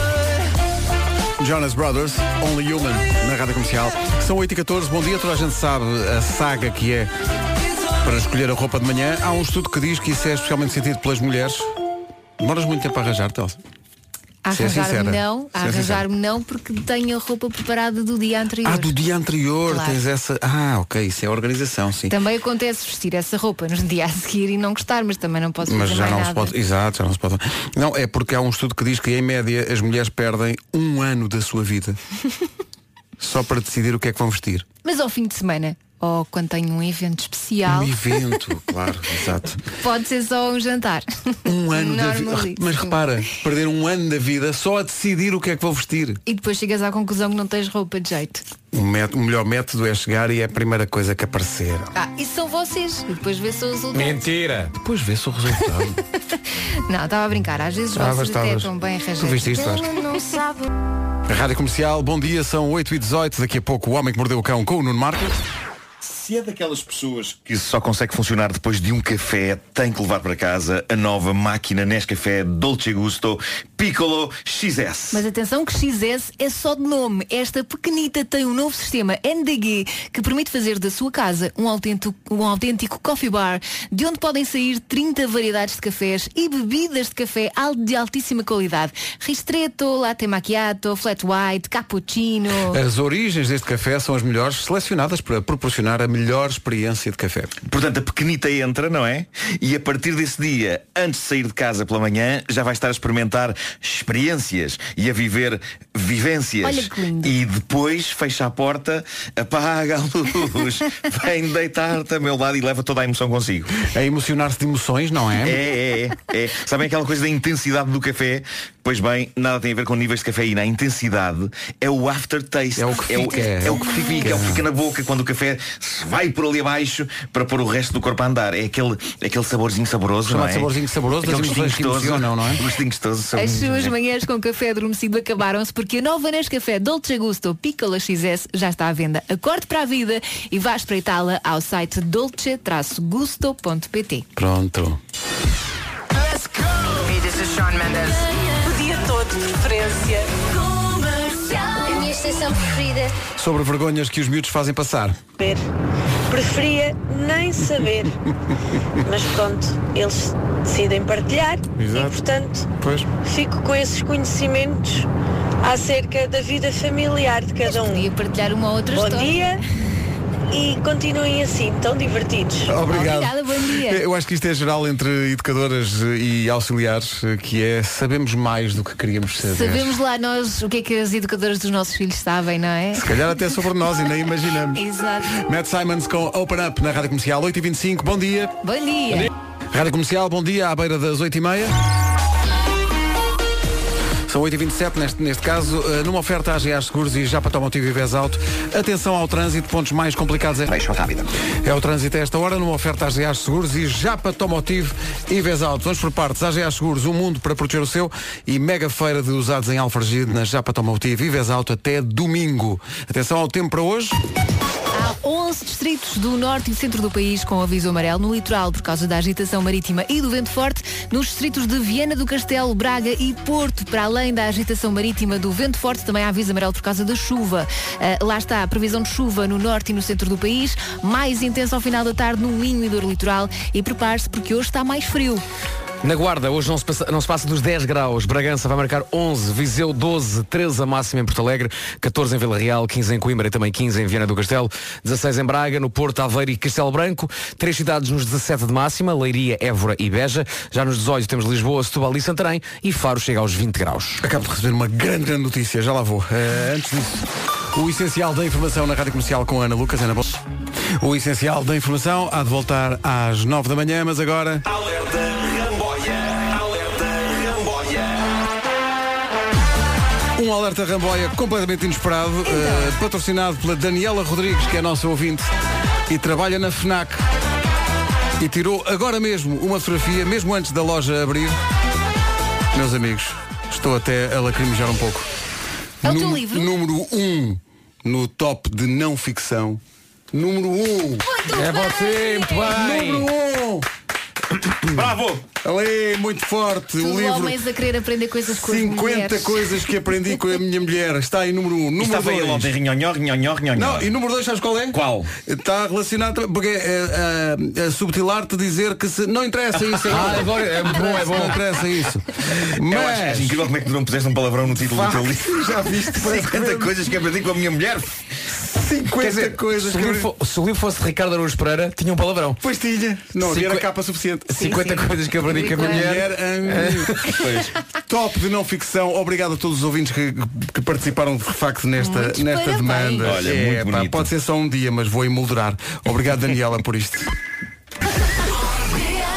Jonas Brothers, Only Human, na Rádio Comercial. São 8h14, bom dia, toda a gente sabe a saga que é para escolher a roupa de manhã. Há um estudo que diz que isso é especialmente sentido pelas mulheres. Demoras muito tempo a arranjar-te, Elsa.
A
Se é
arranjar-me
sincera.
não, a
Se é sincera.
arranjar-me não porque tenho a roupa preparada do dia anterior.
Ah, do dia anterior
Claro.
tens essa. Ah, ok, isso é organização, sim.
Também acontece vestir essa roupa no dia a seguir e não gostar, mas também não posso
Mas
fazer
já
mais
não se
nada.
pode. Exato, já não se pode. Não, é porque há um estudo que diz que em média as mulheres perdem um ano da sua
[LAUGHS]
vida só para decidir o que é que vão vestir.
Mas ao fim de semana, ou quando tenho um evento especial,
Um evento, claro,
[LAUGHS]
exato.
pode ser só um jantar.
Um ano
[LAUGHS]
da vida.
Normalíssimo.
Mas repara, perder um ano da vida só a decidir o que é que vou vestir.
E depois chegas à conclusão que não tens roupa de jeito.
O, mét- o melhor método é chegar e é a primeira coisa que aparecer.
Ah, isso são vocês. E depois vê-se o resultado.
Mentira! Depois vê-se o [LAUGHS] resultado.
Não, estava a brincar. Às vezes
Estavas,
vocês até
estavas.
estão bem arranjados.
Tu viste isto, Vasco?
Ela não sabe.
Rádio Comercial, bom dia, são 8 e 18 Daqui a pouco o Homem que Mordeu o Cão com o Nuno Marco.
Se é daquelas pessoas que só consegue funcionar depois de um café, tem que levar para casa a nova máquina Nescafé Dolce Gusto Piccolo XS.
Mas atenção que XS é só de nome. Esta pequenita tem um novo sistema NDG que permite fazer da sua casa um autêntico, um autêntico coffee bar, de onde podem sair 30 variedades de cafés e bebidas de café al- de altíssima qualidade. Ristretto, latte macchiato, flat white, cappuccino.
As origens deste café são as melhores, selecionadas para proporcionar a melhor experiência de café.
Portanto, a pequenita entra, não é? E a partir desse dia, antes de sair de casa pela manhã, já vai estar a experimentar experiências e a viver vivências.
Olha que lindo.
E depois fecha a porta, apaga a luz, [LAUGHS] vem deitar-te ao meu lado e leva toda a emoção consigo.
É emocionar-se de emoções, não é?
É, é, é. Sabem aquela coisa da intensidade do café Pois bem, nada tem a ver com níveis de cafeína. A intensidade é o aftertaste. É o que
fica.
É o, que fica, é o que fica na boca quando o café se vai por ali abaixo para pôr o resto do corpo a andar. É aquele, aquele saborzinho saboroso.
Chamado
não é?
saborzinho saboroso das
Aquele
emoções
gostinho
que
gostoso. Um
emocionam, não é?
Gostinho gostoso. sabe?
As suas manhãs com café adormecido acabaram-se porque a nova Nescafé Dolce Gusto Piccola XS já está à venda. Acorde para a vida e vá espreitá-la ao site dolce-gusto.pt.
Pronto.
Hey, this is Shawn Mendes. O dia todo de preferência.
A minha estação preferida.
Sobre vergonhas que os miúdos fazem passar.
saber. Preferia nem saber. Mas pronto, eles decidem partilhar
Exato.
e portanto
Pois.
fico com esses conhecimentos acerca da vida familiar de cada um. E
partilhar uma outra
Bom
história.
dia e continuem assim, tão divertidos.
Obrigado. Eu acho que isto é geral entre educadoras eh, e auxiliares, eh, que é sabemos mais do que queríamos saber.
Sabemos lá nós o que é que as educadoras dos nossos filhos sabem, não é?
Se calhar até sobre nós e nem imaginamos.
Exato.
Matt Simons com Open Up na Rádio Comercial 8h25. Bom dia.
Bom dia.
Rádio Comercial, bom dia, à beira das 8h30. São 8h27 neste, neste caso, eh, numa oferta à GA Seguros e já para Tomotivo e Vez Alto. Atenção ao trânsito, pontos mais complicados. É...
rápida.
É o trânsito a esta hora, numa oferta à GA Seguros e já para Tomotivo e Vez Alto. Vamos por partes. A GA Seguros, o mundo para proteger o seu e mega feira de usados em Alfargide, na Japa Tomotivo e Vez Alto até domingo. Atenção ao tempo para hoje.
Há 11 distritos do norte e centro do país com aviso amarelo no litoral por causa da agitação marítima e do vento forte. Nos distritos de Viena do Castelo, Braga e Porto, para além da agitação marítima do vento forte, também há aviso amarelo por causa da chuva. Ah, lá está a previsão de chuva no norte e no centro do país, mais intensa ao final da tarde no Minho e do litoral. E prepare-se porque hoje está mais frio.
Na Guarda, hoje não se, passa, não se passa dos 10 graus. Bragança vai marcar 11, Viseu 12, 13 a máxima em Porto Alegre, 14 em Vila Real, 15 em Coimbra e também 15 em Viana do Castelo, 16 em Braga, no Porto, Aveiro e Castelo Branco. Três cidades nos 17 de máxima, Leiria, Évora e Beja. Já nos 18 temos Lisboa, Setúbal e Santarém e Faro chega aos 20 graus.
Acabo de receber uma grande, grande notícia, já lá vou. Eh, antes disso, o essencial da informação na Rádio Comercial com a Ana Lucas, Ana Bolsa. O essencial da informação há de voltar às 9 da manhã, mas agora. Um alerta Ramboia completamente inesperado,
Então.
eh, patrocinado pela Daniela Rodrigues, que é nossa ouvinte e trabalha na FNAC. E tirou agora mesmo uma fotografia, mesmo antes da loja abrir. Meus amigos, estou até a lacrimejar um pouco.
É o teu
Nú-
livro?
Número 1 um no top de não ficção. Número 1. Um.
É bem! você, muito bem!
Número 1. Um. Bravo! Ali, muito forte.
Tudo
o livro
homens a querer aprender coisas com as
50
mulheres.
coisas que aprendi com a minha mulher. Está em número 1. Um. Número
Estava ele
dois.
ontem, rinhonhó, rinhonhó, rinhonhó.
Não, e número 2, sabes qual é?
Qual?
Está relacionado também, porque é, é, é, subtil arte dizer que se não interessa
[LAUGHS]
isso.
Ah, agora é bom, é bom.
Não interessa isso.
Eu acho, acho incrível como é que tu não puseste um palavrão no título do teu livro.
Já
[LAUGHS]
viste?
50 coisas que aprendi com a minha mulher.
50 coisas
se o,
que-
livro fo- se o livro fosse de Ricardo Araújo Pereira, tinha um palavrão.
Pois tinha. Não havia
Cinqu-
era capa suficiente.
50 coisas que aprendi com a minha mulher.
hum, Top de não ficção. Obrigado a todos os ouvintes que, que participaram de facto nesta,
Muitos
nesta
parabéns.
demanda. É,
Olha, muito
pá,
bonito.
pode ser só um dia, mas vou emoldurar. Obrigado, Daniela, por isto.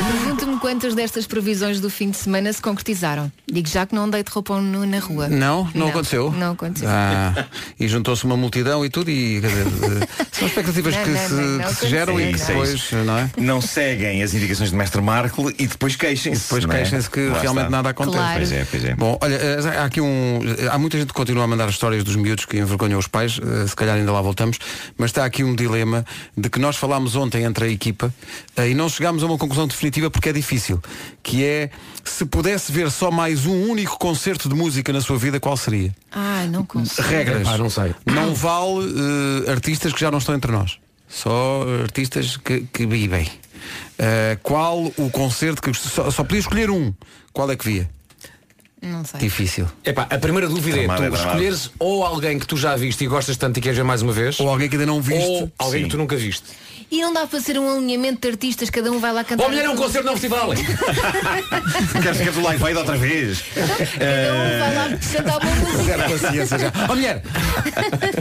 Pergunto-me quantas destas previsões do fim de semana se concretizaram. Digo já que não andei de roupão nu na rua.
Não? Não, aconteceu?
Não aconteceu. [LAUGHS]
Ah, e juntou-se uma multidão e tudo e quer dizer, eh, são expectativas
Não,
que,
não,
se,
não, não
que se
aconteceu,
geram e
não.
depois não é?
Não seguem as indicações do mestre Marco e depois queixem-se.
Depois
não é?
queixem-se que
Lá
realmente
está.
nada acontece.
Pois é, pois é.
Bom, olha, eh, há aqui um. eh, Há muita gente que continua a mandar histórias dos miúdos que envergonham os pais, eh, se calhar ainda lá voltamos, mas está aqui um dilema de que nós falámos ontem entre a equipa eh, e não chegámos a uma conclusão definitiva porque é difícil, que é se pudesse ver só mais um único concerto de música na sua vida, qual seria?
Ah, não consigo.
Regras.
Epá, não sei.
Não vale eh, artistas que já não estão entre nós. Só artistas que, que vivem. Eh, qual o concerto que só, só podia escolher um? Qual é que via?
Não sei.
Difícil.
Epá, a primeira dúvida é
Tramada,
tu
tramada.
escolheres ou alguém que tu já viste e gostas tanto e queres ver mais uma vez. Ou
alguém que ainda não viste.
Ou alguém que tu nunca viste.
E não dá para ser um alinhamento de artistas, cada um vai lá cantar.
Ou melhor, é um concerto no festival.
Queres que o live aid outra vez?
É
um Vai lá
[LAUGHS]
cantar uma música.
Zero paciência já. Ó mulher!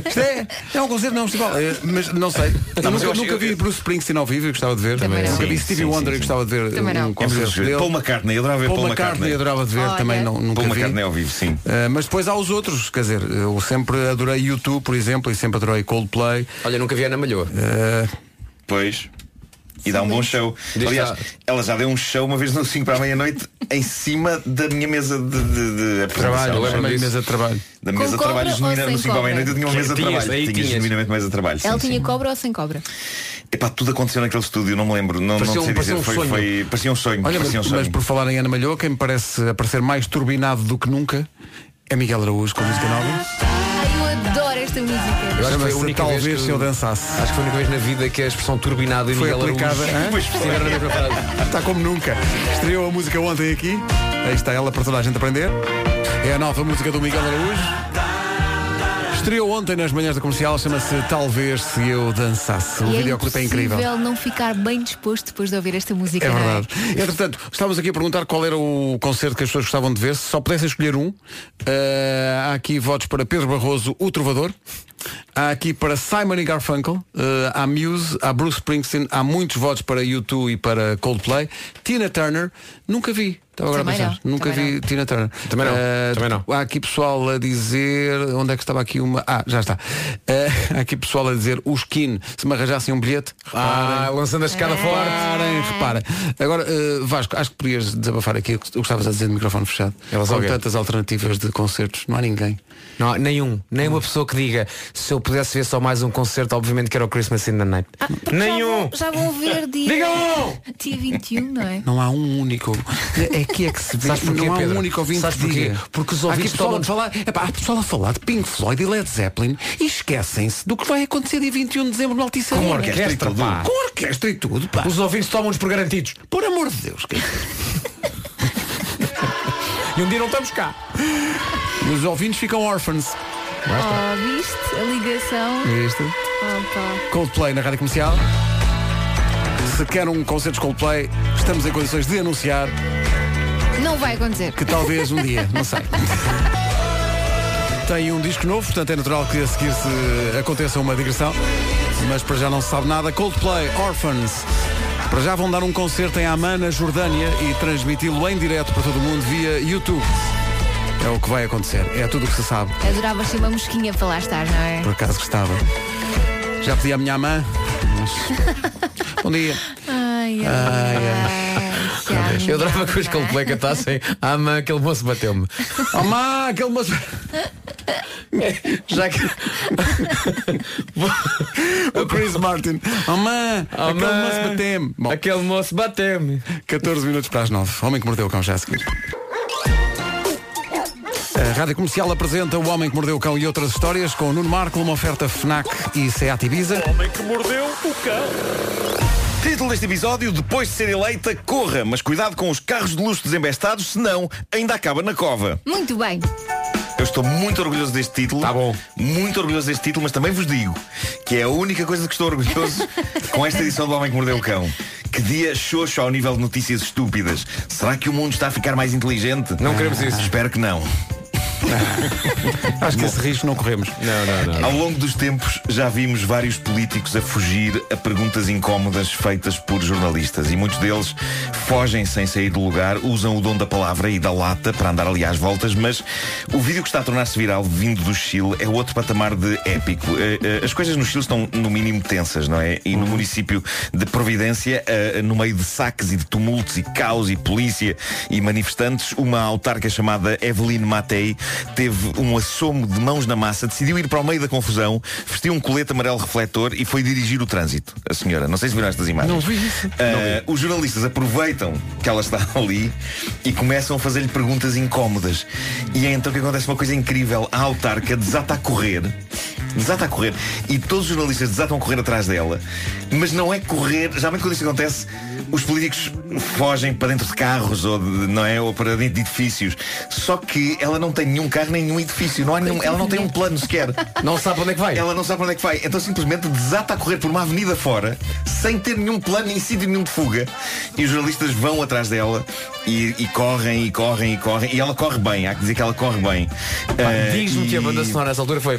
Isto é, é um concerto, não é um festival. Eh, mas não sei. Eu
mas
nunca,
eu acho-
nunca vi Bruce Springsteen ao vivo, eu gostava de ver.
Também não.
nunca vi
Sim,
Stevie
sim,
Wonder,
sim,
eu gostava de ver
Também
um
não. É muito
concerto
giro.
dele.
Paul McCartney, eu adorava ver
Paul
Paul
McCartney.
McCartney.
eu adorava de ver,
Olha.
também não, não nunca
Paul
vi.
McCartney ao vivo, sim.
Ah, mas depois há os outros, quer dizer, eu sempre adorei YouTube, por exemplo, e sempre adorei Coldplay.
[LAUGHS] Olha, nunca vi a Ana Malhoa.
Pois. E dá um bom show.
Diz
Aliás,
lá.
ela já deu um show uma vez no 5 para a meia-noite em cima da minha mesa de, de, de apresentação.
Trabalho, eu lembro-me da
Disso.
mesa de trabalho.
Da mesa de
cobra
trabalho
ou
genuína
sem
no 5 para a
cobra?
meia-noite eu tinha uma mesa de
Tinhas,
trabalho.
aí
Tinha
tinhas.
genuinamente mesa de trabalho.
Ele
Sim,
tinha cobra ou sem cobra?
Epá, tudo aconteceu naquele estúdio, não me lembro. Não,
Parecia
não
um-
sei
parecia
dizer. foi,
um sonho.
foi- parecia um sonho.
Olha, mas,
parecia um sonho.
mas por falar em Ana Malhoa, quem me parece aparecer mais turbinado do que nunca é Miguel Araújo com a música nova.
Ai, eu adoro esta
Eu
música.
acho que foi a
Chama-se
única vez que eu dançasse.
Acho que foi a única vez na vida que a expressão turbinada e
Foi
Miguel
aplicada,
[LAUGHS]
hã?
Araújo estiveram na mesma frase.
Está como nunca. Estreou a música ontem aqui. Aí está ela para toda a gente aprender. É a nova música do Miguel Araújo. Estreou ontem nas manhãs da comercial, chama-se Talvez Se Eu Dançasse. O
E
videoclipe é incrível.
impossível não ficar bem disposto depois de ouvir esta música.
É
não
verdade. Entretanto, estávamos aqui a perguntar qual era o concerto que as pessoas gostavam de ver. Se só pudessem escolher um, eh, há aqui votos para Pedro Barroso, o Trovador. Há aqui para Simon e Garfunkel, eh, há Muse, há Bruce Springsteen, há muitos votos para U2 e para Coldplay. Tina Turner, nunca vi. Estava agora
Também
a pensar.
não,
Nunca vi Tina Turner.
Também não,
Eh,
também não.
Há aqui pessoal a dizer. Onde é que estava aqui uma. Ah, já está. Eh, [LAUGHS] há aqui pessoal a dizer os Skin, se me arranjassem um bilhete. É.
Ah, lançando a escada forte.
Reparem, reparem. Agora, eh, Vasco, acho que podias desabafar aqui o que o que estavas a dizer de microfone fechado.
relação
Com
ao quê?
tantas alternativas de concertos, não há ninguém.
Não há nenhum, nem uma pessoa que diga se eu pudesse ver só mais um concerto, obviamente que era o Christmas in the Night. nenhum!
Ah, Já vão ver dia,
Diga
[LAUGHS] dia 21, não é?
Não há um único. É que é que se vê.
Sabes porquê,
não há
Pedro?
um único ouvinte
Sabes
que
porquê?
diga.
Porque os
Há aqui
ouvintes
pessoal
tomam-
a falar, epá, há pessoal a falar de Pink Floyd e Led Zeppelin e esquecem-se do que vai acontecer dia 21 de dezembro no Altice
Com
Arena.
orquestra e tudo.
pá. Com orquestra e tudo, pá.
Os ouvintes tomam-nos por garantidos.
Por amor de Deus, quer dizer.
E um dia não estamos cá.
Os ouvintes ficam órfãos.
Oh, viste a ligação?
É
Ah,
Isto. Coldplay na Rádio Comercial. Se quer um concerto de Coldplay, estamos em condições de anunciar
Opa. Não vai acontecer.
que talvez um dia, não sei. Tem um disco novo, portanto é natural que a seguir se aconteça uma digressão. Mas para já não se sabe nada. Coldplay, Orphans. Para já vão dar um concerto em Amman, na Jordânia, e transmiti-lo em direto para todo o mundo via YouTube. É o que vai acontecer. É tudo o que se sabe.
Adorava ser uma mosquinha para lá estar, não é?
Por acaso gostava. Já pedi à minha mãe. Mas... [LAUGHS] Bom dia.
Ai,
Ai,
ai.
Eu adorava que os Coldplay
[LAUGHS]
cantassem Ah, mãe, aquele moço bateu-me
Oh, mãe, aquele moço [LAUGHS]
Já que
O Chris Martin. Oh, mãe,
Oh,
aquele
mãe,
moço bateu-me.
Aquele moço bateu-me
14 minutos para as 9. Homem que mordeu o cão já é a seguir. A Rádio Comercial apresenta O Homem que Mordeu o Cão e outras histórias com o Nuno Marco, uma oferta FNAC e Seat Ibiza.
homem que mordeu o cão. Título deste episódio, depois de ser eleita, corra, mas cuidado com os carros de luxo desembestados, senão ainda acaba na cova.
Muito bem.
Eu estou muito orgulhoso deste título. Tá bom. Muito orgulhoso deste título, mas também vos digo que é a única coisa que estou
[LAUGHS]
orgulhoso com esta edição do Homem que Mordeu o Cão. Que dia xoxo ao nível de notícias estúpidas. Será que o mundo está a ficar mais inteligente?
Não queremos isso.
Espero que não.
Acho que esse risco não corremos.
Não,
Ao longo dos tempos já vimos vários políticos a fugir a perguntas incómodas feitas por jornalistas e muitos deles fogem sem sair do lugar, usam o dom da palavra e da lata para andar ali às voltas, mas o vídeo que está a tornar-se viral vindo do Chile é outro patamar de épico. Eh, eh, As coisas no Chile estão no mínimo tensas, não é? E no município de Providência, eh, no meio de saques e de tumultos e caos e polícia e manifestantes, uma autarca chamada Eveline Matei teve um assomo de mãos na massa, decidiu ir para o meio da confusão, vestiu um colete amarelo refletor e foi dirigir o trânsito. A senhora, não sei se viram estas imagens.
vi isso.
Ah, os jornalistas aproveitam que ela está [LAUGHS] ali e começam a fazer-lhe perguntas incómodas. E é então que acontece uma coisa incrível. A autarca desata a correr. Desata a correr. E todos os jornalistas desatam a correr atrás dela. Mas não é correr. Geralmente quando isto acontece, os políticos fogem para dentro de carros ou, de- não é? ou para dentro de edifícios. Só que ela não tem nenhum carro, nem nenhum edifício. Não há nenhum- ela não tem um plano sequer.
Não sabe onde é que vai.
Ela não sabe para onde é que vai. Então simplesmente desata a correr por uma avenida fora, sem ter nenhum plano, nem sítio nenhum de fuga. E os jornalistas vão atrás dela e, e correm, e correm, e correm. E ela corre bem, há que dizer que ela corre bem.
Pá,
Eh,
Diz-me que a
e-
banda sonora nessa altura foi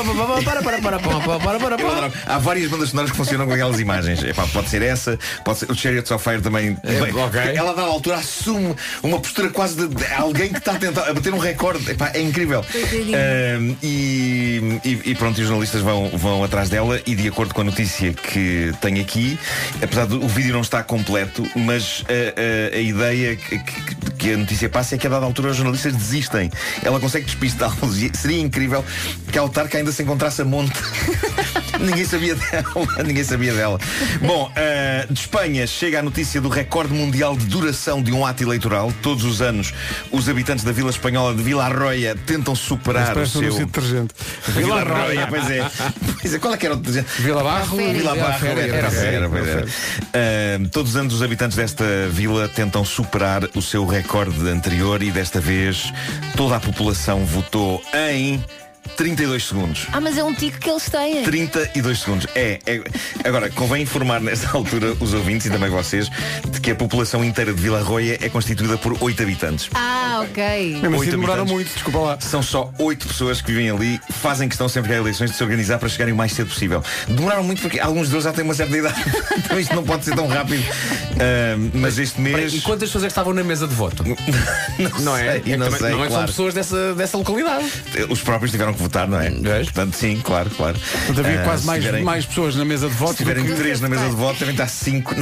Para, para, para, para, para, para, para,
Eu
para.
adoro. Há várias bandas sonoras que funcionam com aquelas imagens. Epá, pode ser essa, pode ser o Chariots of Fire também. também. Ela dá altura, assume uma postura quase de, de alguém que está a tentar a bater um recorde. Epá, é incrível.
Coitadinha.
Ahm, e, e- e pronto, e os jornalistas vão, vão atrás dela e de acordo com a notícia que tenho aqui, apesar do o vídeo não estar completo, mas a, a- a ideia que, que- que a notícia passa é que a dada altura os jornalistas desistem. Ela consegue despistá-los e seria incrível que a autarca ainda se encontrasse a monte. [LAUGHS] Ninguém sabia dela. [LAUGHS] Ninguém sabia dela. Bom, eh, de Espanha chega a notícia do recorde mundial de duração de um ato eleitoral. Todos os anos, os habitantes da Vila Espanhola de Vila Arroia tentam
Mas
superar o
parece um
seu.
anúncio de detergente.
Vila Arroia, pois é. Pois é, qual é que era o detergente?
Vila Barro?
Vila
Era
Barro,
Féria,
era,
era
Féria,
Féria,
era, pois
era
era. Ahm, todos os anos os habitantes desta vila tentam superar o seu recorde anterior e desta vez toda a população votou em 32 segundos.
Ah, mas é um tico que eles têm.
32 segundos. É, é- Agora, convém informar nesta altura os ouvintes e também vocês de que a população inteira de Vila Arroia é constituída por 8 habitantes.
Ah, ok.
assim,
Oito habitantes. São só 8 pessoas que vivem ali, fazem questão sempre que há eleições de se organizar para chegarem o mais cedo possível. Demoraram muito porque alguns deles já têm uma certa idade. [LAUGHS] então isto não pode ser tão rápido. Ahm, mas este mês. E
quantas pessoas é que estavam na mesa de voto?
[LAUGHS] não,
Não
sei,
é? É que
não
também-
sei,
não é que são
claro.
pessoas dessa, dessa localidade.
Os próprios tiveram que votar, não é? Portanto, sim, claro, claro.
Portanto, havia
Ah,
quase
se
mais,
tiverem-
mais pessoas na mesa de votos.
Se tiverem
do que-
três na mesa de voto, devem estar cinco. [LAUGHS]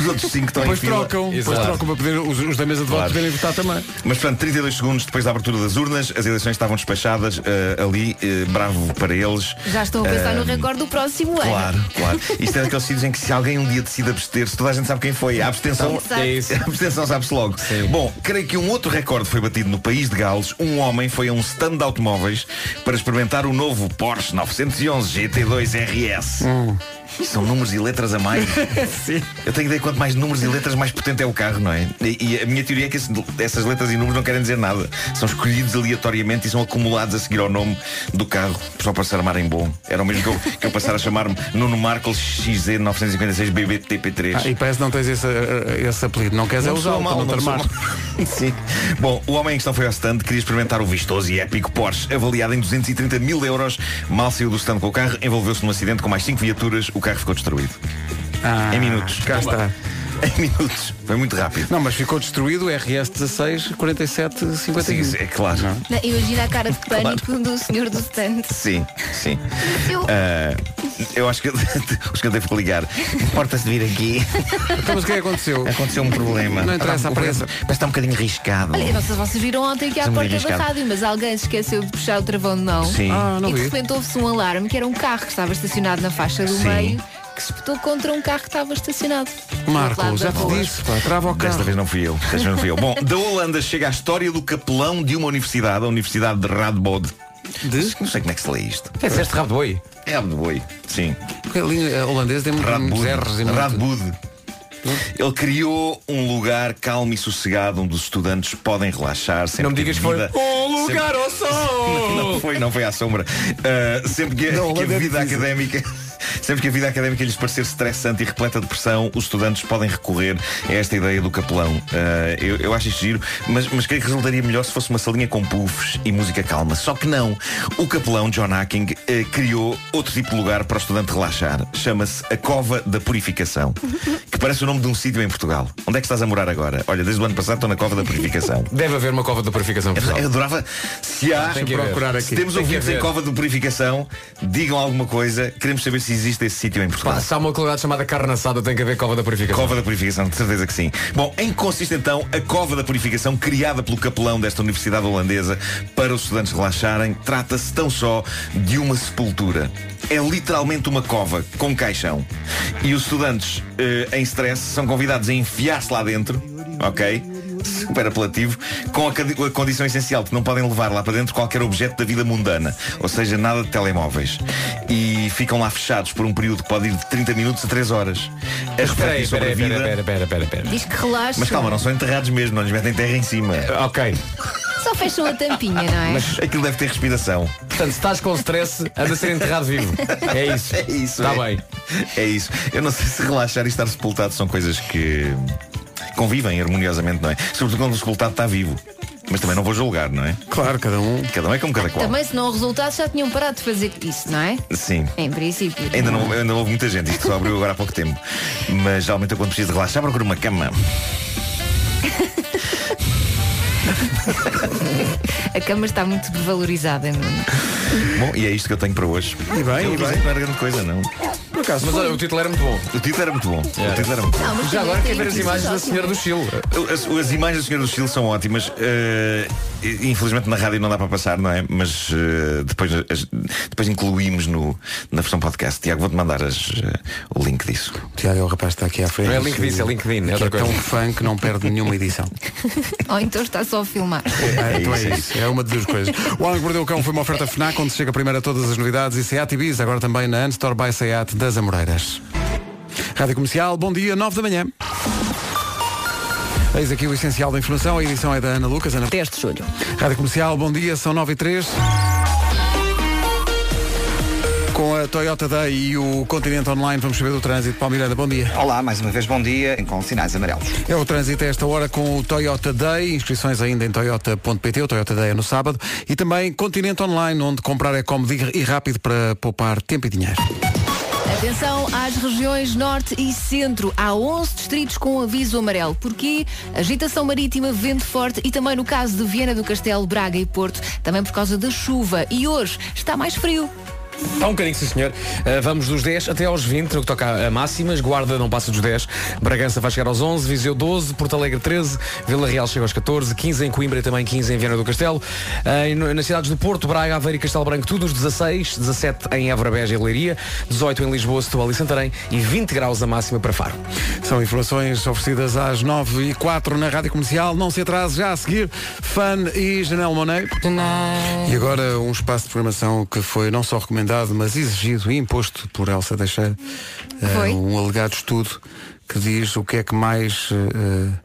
Os outros cinco estão
Depois
em fila.
trocam, depois
Exato.
trocam para poder os, os da mesa de
Claro.
votos poderem votar também.
Mas pronto, 32 segundos depois da abertura das urnas, as eleições estavam despachadas eh, ali, eh, bravo para eles.
Já estou a pensar no
Eh,
recorde do próximo ano.
Claro, claro. Isto é daqueles sítios em que se alguém um dia decide abster-se, toda a gente sabe quem foi. A abstenção,
Exato. É
[LAUGHS]
isso.
a abstenção sabe-se logo. Bom, creio que um outro recorde foi batido no país de Gales. Um homem foi a um stand de automóveis para experimentar o novo Porsche 911 GT2 RS.
Hum.
São números e letras a mais. [LAUGHS] Eu tenho ideia que quanto mais números e letras, mais potente é o carro, não é? E, e a minha teoria é que esse- essas letras e números não querem dizer nada. São escolhidos aleatoriamente e são acumulados a seguir ao nome do carro, só para se armarem bom. Era o mesmo que eu, que eu passar a chamar-me Nuno Marcos XZ956BBTP3.
Ah, e parece que não tens esse, eh, esse apelido. Não queres é
Não
usar
soa
o
mal,
mal,
não soa
mal.
mal. [LAUGHS] Sim. Bom, o homem em questão foi ao stand, queria experimentar o vistoso e épico Porsche, avaliado em 230 mil euros. Mal saiu do stand com o carro, envolveu-se num acidente com mais cinco viaturas, o carro ficou destruído. em minutos.
cá está.
[LAUGHS] Em minutos. Foi muito rápido.
Não, mas ficou destruído o RS 16 47 51.
Sim, é claro.
Não, Imagina a
[LAUGHS]
cara de pânico do senhor do stand.
Sim, sim.
Eu-
Ah, eu [LAUGHS] acho que acho que eu devo ligar. Importa-se de vir aqui.
Então, mas o que é que aconteceu?
Aconteceu um problema.
Não interessa,
Ah, o-
apareça.
Parece que está um bocadinho arriscado.
Olha, não sei se vocês viram ontem aqui à
Estamos
porta da
arriscados.
rádio, mas alguém se esqueceu de puxar o travão de mão.
Sim. Ah, não
e de
vi.
repente houve-se um alarme que era um carro que estava estacionado na faixa do
Sim.
meio que se espetou contra um carro que estava estacionado. do outro lado da rua.
pá, trava o
Desta vez não fui eu. Desta vez não fui eu. Bom, da Holanda chega a história do capelão de uma universidade, a Universidade de Radboud. Não sei como é que se lê isto.
É, disseste rabo de boi?
É rabo de boi, sim.
Porque a linha holandesa tem muitos
Radboud.
erros e muito-
Radboud. Ele criou um lugar calmo e sossegado onde os estudantes podem relaxar. Não me digas que
foi um lugar ao sol.
Não foi, não foi à sombra. Uh, sempre que, que a vida académica. Sempre que a vida académica lhes parecer estressante e repleta de pressão, os estudantes podem recorrer a esta ideia do capelão. Uh, eu, eu acho isto giro, mas, mas creio que resultaria melhor se fosse uma salinha com puffs e música calma. Só que não. O capelão, John Hacking, uh, criou outro tipo de lugar para o estudante relaxar. Chama-se a Cova da Purificação, que parece o nome de um sítio em Portugal. Onde é que estás a morar agora? Olha, desde o ano passado estou na Cova da Purificação.
Deve haver uma cova de purificação em Portugal.
Eu adorava. Se há,
Tem que procurar
se
aqui.
temos
Tem que
ouvintes em
haver.
cova de purificação, digam alguma coisa. Queremos saber se existe esse sítio em Portugal.
Pá, se há uma localidade chamada carne assada, tem que haver cova da purificação.
Cova da Purificação, de certeza que sim. Bom, em que consiste então a Cova da Purificação criada pelo capelão desta universidade holandesa para os estudantes relaxarem? Trata-se tão só de uma sepultura. É literalmente uma cova com caixão. E os estudantes eh, em stress são convidados a enfiar-se lá dentro, ok? Super apelativo, com a, cadi- a condição essencial de que não podem levar lá para dentro qualquer objeto da vida mundana, ou seja, nada de telemóveis. E ficam lá fechados por um período que pode ir de 30 minutos a 3 horas. A
Espera aí,
refletir sobre
espera aí,
a vida.
espera, espera, espera, espera.
Diz que relaxa.
Mas calma, não são enterrados mesmo, não lhes metem terra em cima.
Ok.
Só fecham a tampinha, não é?
Mas aquilo deve ter respiração.
Portanto, se estás com stress, anda a ser enterrado vivo. [LAUGHS] É isso.
É isso.
Tá
é.
bem.
É isso. Eu não sei se relaxar e estar sepultado são coisas que convivem harmoniosamente, não é? Sobretudo quando o sepultado está vivo. Mas também não vou julgar, não é?
Claro, cada um.
Cada um é como cada qual.
Também, se não o resultado, já tinham parado de fazer isso, não é?
Sim.
Em princípio.
Ainda não, ainda não houve muita gente, isto só abriu agora há pouco tempo. Mas geralmente eu quando preciso de relaxar procuro uma cama.
A cama está muito valorizada, Nuno.
Bom, e é isto que eu tenho para hoje. E bem,
e bem.
Não era grande coisa, não.
Por acaso, mas olha, o título era muito bom.
O título era muito bom. O título era muito bom.
Não, mas Já agora quero ver as imagens da senhora do
Chile. As, as imagens da senhora do Chile são ótimas. Eh, infelizmente na rádio não dá para passar, não é? Mas eh, depois, as- depois incluímos no, na versão podcast. Tiago, vou-te mandar as, eh, o link disso.
Tiago é o rapaz que está aqui à frente.
Não é LinkedIn, é LinkedIn, é
Que
outra
é
coisa.
tão fã que não perde
[LAUGHS]
nenhuma edição.
[LAUGHS] Ou então está só a filmar.
É, então é isso. É uma das duas coisas. O Homem que Mordeu o Cão foi uma oferta FNAC, onde chega primeiro a todas as novidades e Seat Ibiza, agora também na Unstore by Seat das Amoreiras. Rádio Comercial, bom dia, 9 da manhã. Eis aqui o essencial da informação, a edição é da Ana Lucas. Ana... 10 de julho. Rádio Comercial, bom dia, são 9 e 3. Com a Toyota Day e o Continente Online, vamos saber do trânsito. Paulo Miranda, bom dia.
Olá, mais uma vez bom dia, com sinais amarelos.
É o trânsito a esta hora com o Toyota Day, inscrições ainda em toyota.pt, o Toyota Day é no sábado, e também Continente Online, onde comprar é cómodo e rápido para poupar tempo e dinheiro.
Atenção às regiões norte e centro. Há 11 distritos com aviso amarelo. Porquê? Agitação marítima, vento forte e também no caso de Viena do Castelo, Braga e Porto, também por causa da chuva. E hoje está mais frio.
Está um bocadinho, sim senhor. Uh, vamos dos 10 até aos 20, no que toca a máximas. Guarda não passa dos 10. Bragança vai chegar aos 11, Viseu 12, Porto Alegre 13, Vila Real chega aos 14, 15 em Coimbra e também 15 em Viana do Castelo. Uh, e no- nas cidades do Porto, Braga, Aveiro e Castelo Branco, tudo os 16, 17 em Évora, Beja e Leiria, 18 em Lisboa, Setúbal e Santarém e 20 graus a máxima para Faro.
São informações oferecidas às 9 e 04 na Rádio Comercial. Não se atrase, já a seguir, Fan e Janelle Monet. E agora um espaço de programação que foi não só recomendado, mas exigido e imposto por Elsa Deixar.
Foi?
um alegado estudo que diz o que é que mais eh,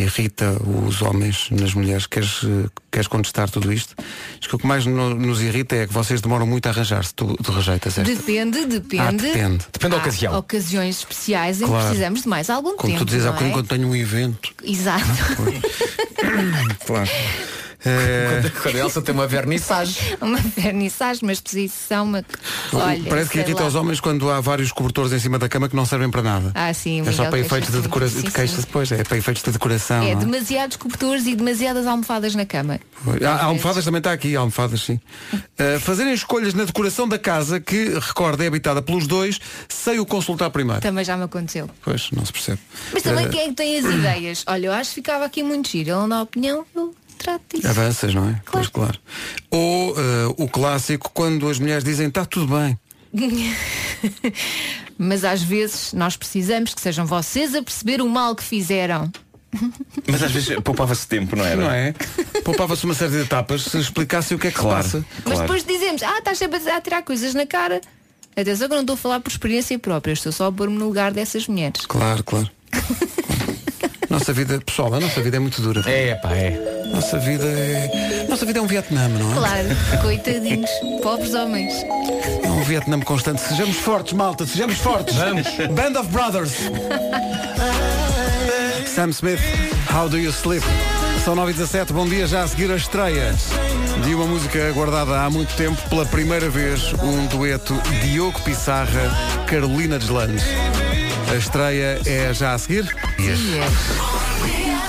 irrita os homens nas mulheres. Queres, eh, queres contestar tudo isto? Diz que o que mais no- nos irrita é que vocês demoram muito a arranjar-se. Tu, tu rejeitas é? esta.
Depende, depende.
Ah, depende. Depende da
Há
ocasião.
ocasiões especiais em
Claro.
que precisamos de mais algum
Como tu
tempo.
dizes há
não é?
bocadinho, quando tenho um evento. [LAUGHS]
Exato.
Claro. Eh,
Quando, quando a Elsa tem uma vernissagem.
[LAUGHS] uma vernissagem, uma exposição, uma. Olha,
Parece que
sei
irrita
lá.
aos homens quando há vários cobertores em cima da cama que não servem para nada.
Ah, sim, o
é só
Miguel
para efeitos
queixa-se.
de decoração.
Sim,
De
sim.
queixa-se, pois, é para efeitos de decoração.
É,
não
demasiados cobertores e demasiadas almofadas na cama.
Há- há almofadas também está aqui, há almofadas
[LAUGHS]
sim. Uh, fazerem escolhas na decoração da casa que, recorda, é habitada pelos dois, sem o consultar primeiro.
Também já me aconteceu.
Pois, não se percebe.
Tá. Mas também
Uh,
quem é que tem as
[CLEARS THROAT]
ideias? Olha, eu acho que ficava aqui muito giro. Ele na opinião, eu trato disso.
Avanças, não é? Pois claro. Ou uh, o clássico, quando as mulheres dizem está tudo bem.
[LAUGHS] Mas às vezes nós precisamos que sejam vocês a perceber o mal que fizeram.
Mas às vezes poupava-se tempo, não era?
Não é? Poupava-se uma série de etapas se explicassem o que é que
Claro,
se passa.
Mas depois dizemos, ah, estás sempre a tirar coisas na cara. Atenção que eu não estou a falar por experiência própria, estou só a pôr-me no lugar dessas mulheres.
Claro, claro. [LAUGHS] Nossa vida, pessoal, a nossa vida é muito dura.
É, pá, é.
Nossa vida é. Nossa vida é um Vietnã, não é?
Claro, coitadinhos, pobres homens.
É um Vietnã constante. Sejamos fortes, malta, sejamos fortes. Vamos. Band of Brothers. Sam Smith, How Do You Sleep? São 9 e 17 bom dia já a seguir a estreia de uma música guardada há muito tempo, pela primeira vez, um dueto Diogo Pissarra, Carolina Deslandes. A estreia é já a seguir?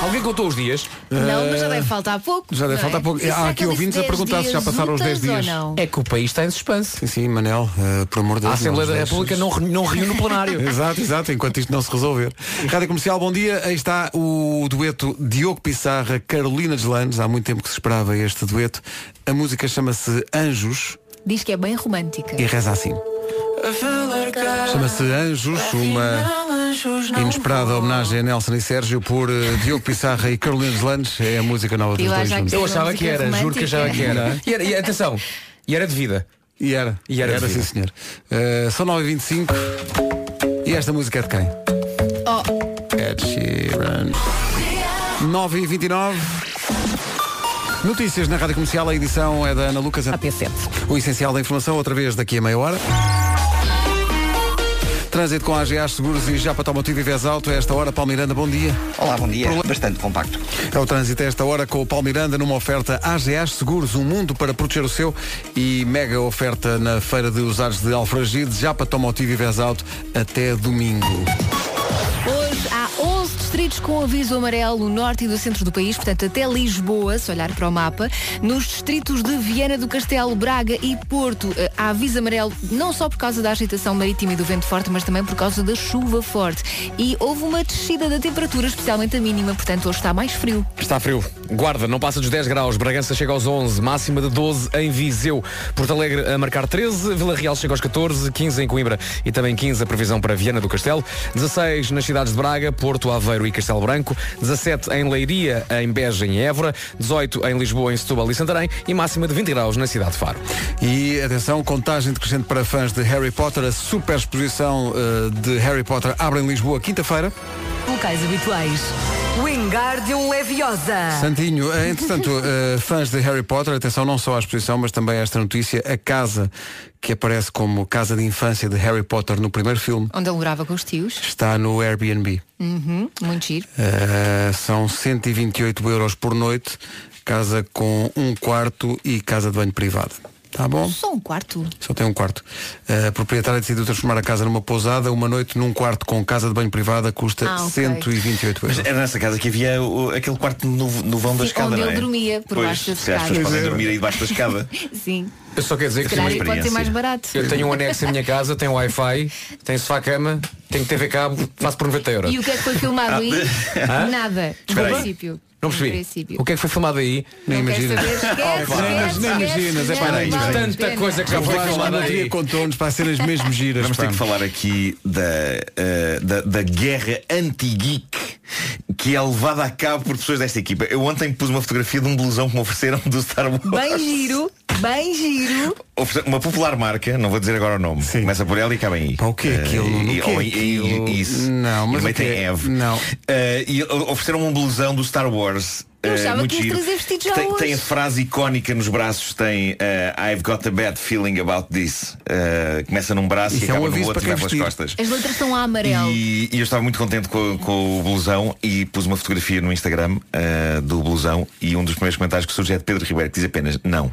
Alguém contou os dias?
Não, mas já deve faltar pouco.
Já deve
não
faltar
é?
pouco.
E será
Há
que
aqui
ele
ouvintes a
disse
perguntar se já
dias
passaram os 10
úteis ou
dias.
não?
É que o país está em suspense.
Sim, sim, Manel, eh, por amor de
A
Deus.
Assembleia
não
da
nos
República não, re- não reúne o plenário.
Exato, exato, enquanto isto não se resolver. Rádio Comercial, bom dia. Aí está o dueto Diogo Pissarra, Carolina Deslandes. Há muito tempo que se esperava este dueto. A música chama-se Anjos
Diz que é bem romântica.
e reza assim. Chama-se Anjos, uma inesperada homenagem a Nelson e Sérgio por eh, Diogo Pissarra e Carolina Deslandes. É a música nova dos
Eu
dois
achava
juntos.
que, era, juro que achava que era. E, era- e atenção, e era de vida.
E era.
E era, de
sim,
vida.
senhor. Eh, são 9h25. E esta música é de quem? Ed Sheeran. 9h29. Notícias na Rádio Comercial, a edição é da Ana Lucas. AP7. O essencial da informação, outra vez daqui a meia hora. Trânsito com a AGA Seguros e já para Automotivo e Vez Alto. A esta hora, Paulo Miranda, bom dia.
Olá, bom dia. Bastante compacto.
É o trânsito a esta hora com o Paulo Miranda numa oferta AGA Seguros, um mundo para proteger o seu e mega oferta na feira de usados de Alfragide, já para Automotivo e Vez Alto até domingo.
Hoje há 11 distritos com aviso amarelo no norte e do centro do país, portanto até Lisboa, se olhar para o mapa. Nos distritos de Viana do Castelo, Braga e Porto eh, há aviso amarelo não só por causa da agitação marítima e do vento forte, mas também por causa da chuva forte. E houve uma descida da temperatura, especialmente a mínima, portanto hoje está mais frio.
Está frio. Guarda, não passa dos 10 graus. Bragança chega aos 11, máxima de 12 em Viseu. Porto Alegre a marcar 13, Vila Real chega aos 14, 15 em Coimbra e também 15 a previsão para Viana do Castelo. 16 nas cidades de Braga, Porto, Aveiro e Castelo Branco. 17 em Leiria, em Beja e Évora. 18 em Lisboa, em Setúbal e Santarém. E máxima de 20 graus na cidade de Faro.
E atenção, contagem decrescente para fãs de Harry Potter. A super exposição eh, de Harry Potter abre em Lisboa quinta-feira.
Locais habituais. Wingardium Leviosa.
Santinho, eh, entretanto, eh, fãs de Harry Potter, atenção não só à exposição, mas também a esta notícia, a casa que aparece como casa de infância de Harry Potter no primeiro filme,
Onde ele morava com os tios.
está no Airbnb.
Uhum, muito giro.
Eh, são 128 euros por noite, casa com um quarto e casa de banho privada. Tá bom?
Só um quarto.
Só tem um quarto. A proprietária decidiu transformar a casa numa pousada. Uma noite num quarto com casa de banho privada custa
Ah, ok.
128 euros.
Mas era nessa casa que havia o- aquele quarto no, no vão da
Sim,
escada,
onde
não
eu
é?
dormia, por
pois, é.
baixo das
se as pessoas
escadas.
podem dormir aí debaixo da
[LAUGHS]
escada.
Sim.
Eu só quero dizer
Se
que
calhar pode ser mais barato.
Eu tenho um anexo em minha casa, tenho Wi-Fi, tenho sofá-cama, tenho TV cabo, faço por 90 euros.
E o que é que foi filmado
[LAUGHS]
aí?
Hã?
Nada. No
Espera aí.
princípio.
Não
No
percebi.
princípio.
O que é que foi filmado aí? Nem
Não quero
[LAUGHS]
imaginas. saber, esquece,
Nem imaginas, nem imaginas, é para aí.
Tanta coisa que já
Vamos ter que
falaste
falar
filmado
no dia
aí.
contornos para cenas mesmo giras.
Vamos ter
pá.
que falar aqui da, eh, da, da guerra anti-geek que é levada a cabo por pessoas desta equipa. Eu ontem pus uma fotografia de um blusão que me ofereceram do Star Wars.
Bem giro, bem giro.
Oferece- Uma popular marca, não vou dizer agora o nome. Começa por ela e acaba em I. o que é
aquilo? O que é aquilo?
Isso.
Não, mas
e
o que
também tem
é?
Eve.
Não.
Eh, e o- ofereceram um blusão do Star Wars.
Eu
eh,
achava
muito
que ias
giro,
trazer vestidos
que
já
tem,
hoje.
tem a frase icónica nos braços, tem eh, I've got a bad feeling about this. Eh, começa num braço
Isso
e
é um
acaba no
aviso
outro e
para
vai
quem
pelas costas.
As letras estão a amarelo.
E, e eu estava muito contente com, com o blusão e pus uma fotografia no Instagram eh, do blusão e um dos primeiros comentários que surge é de Pedro Ribeiro que diz apenas
[LAUGHS]
não.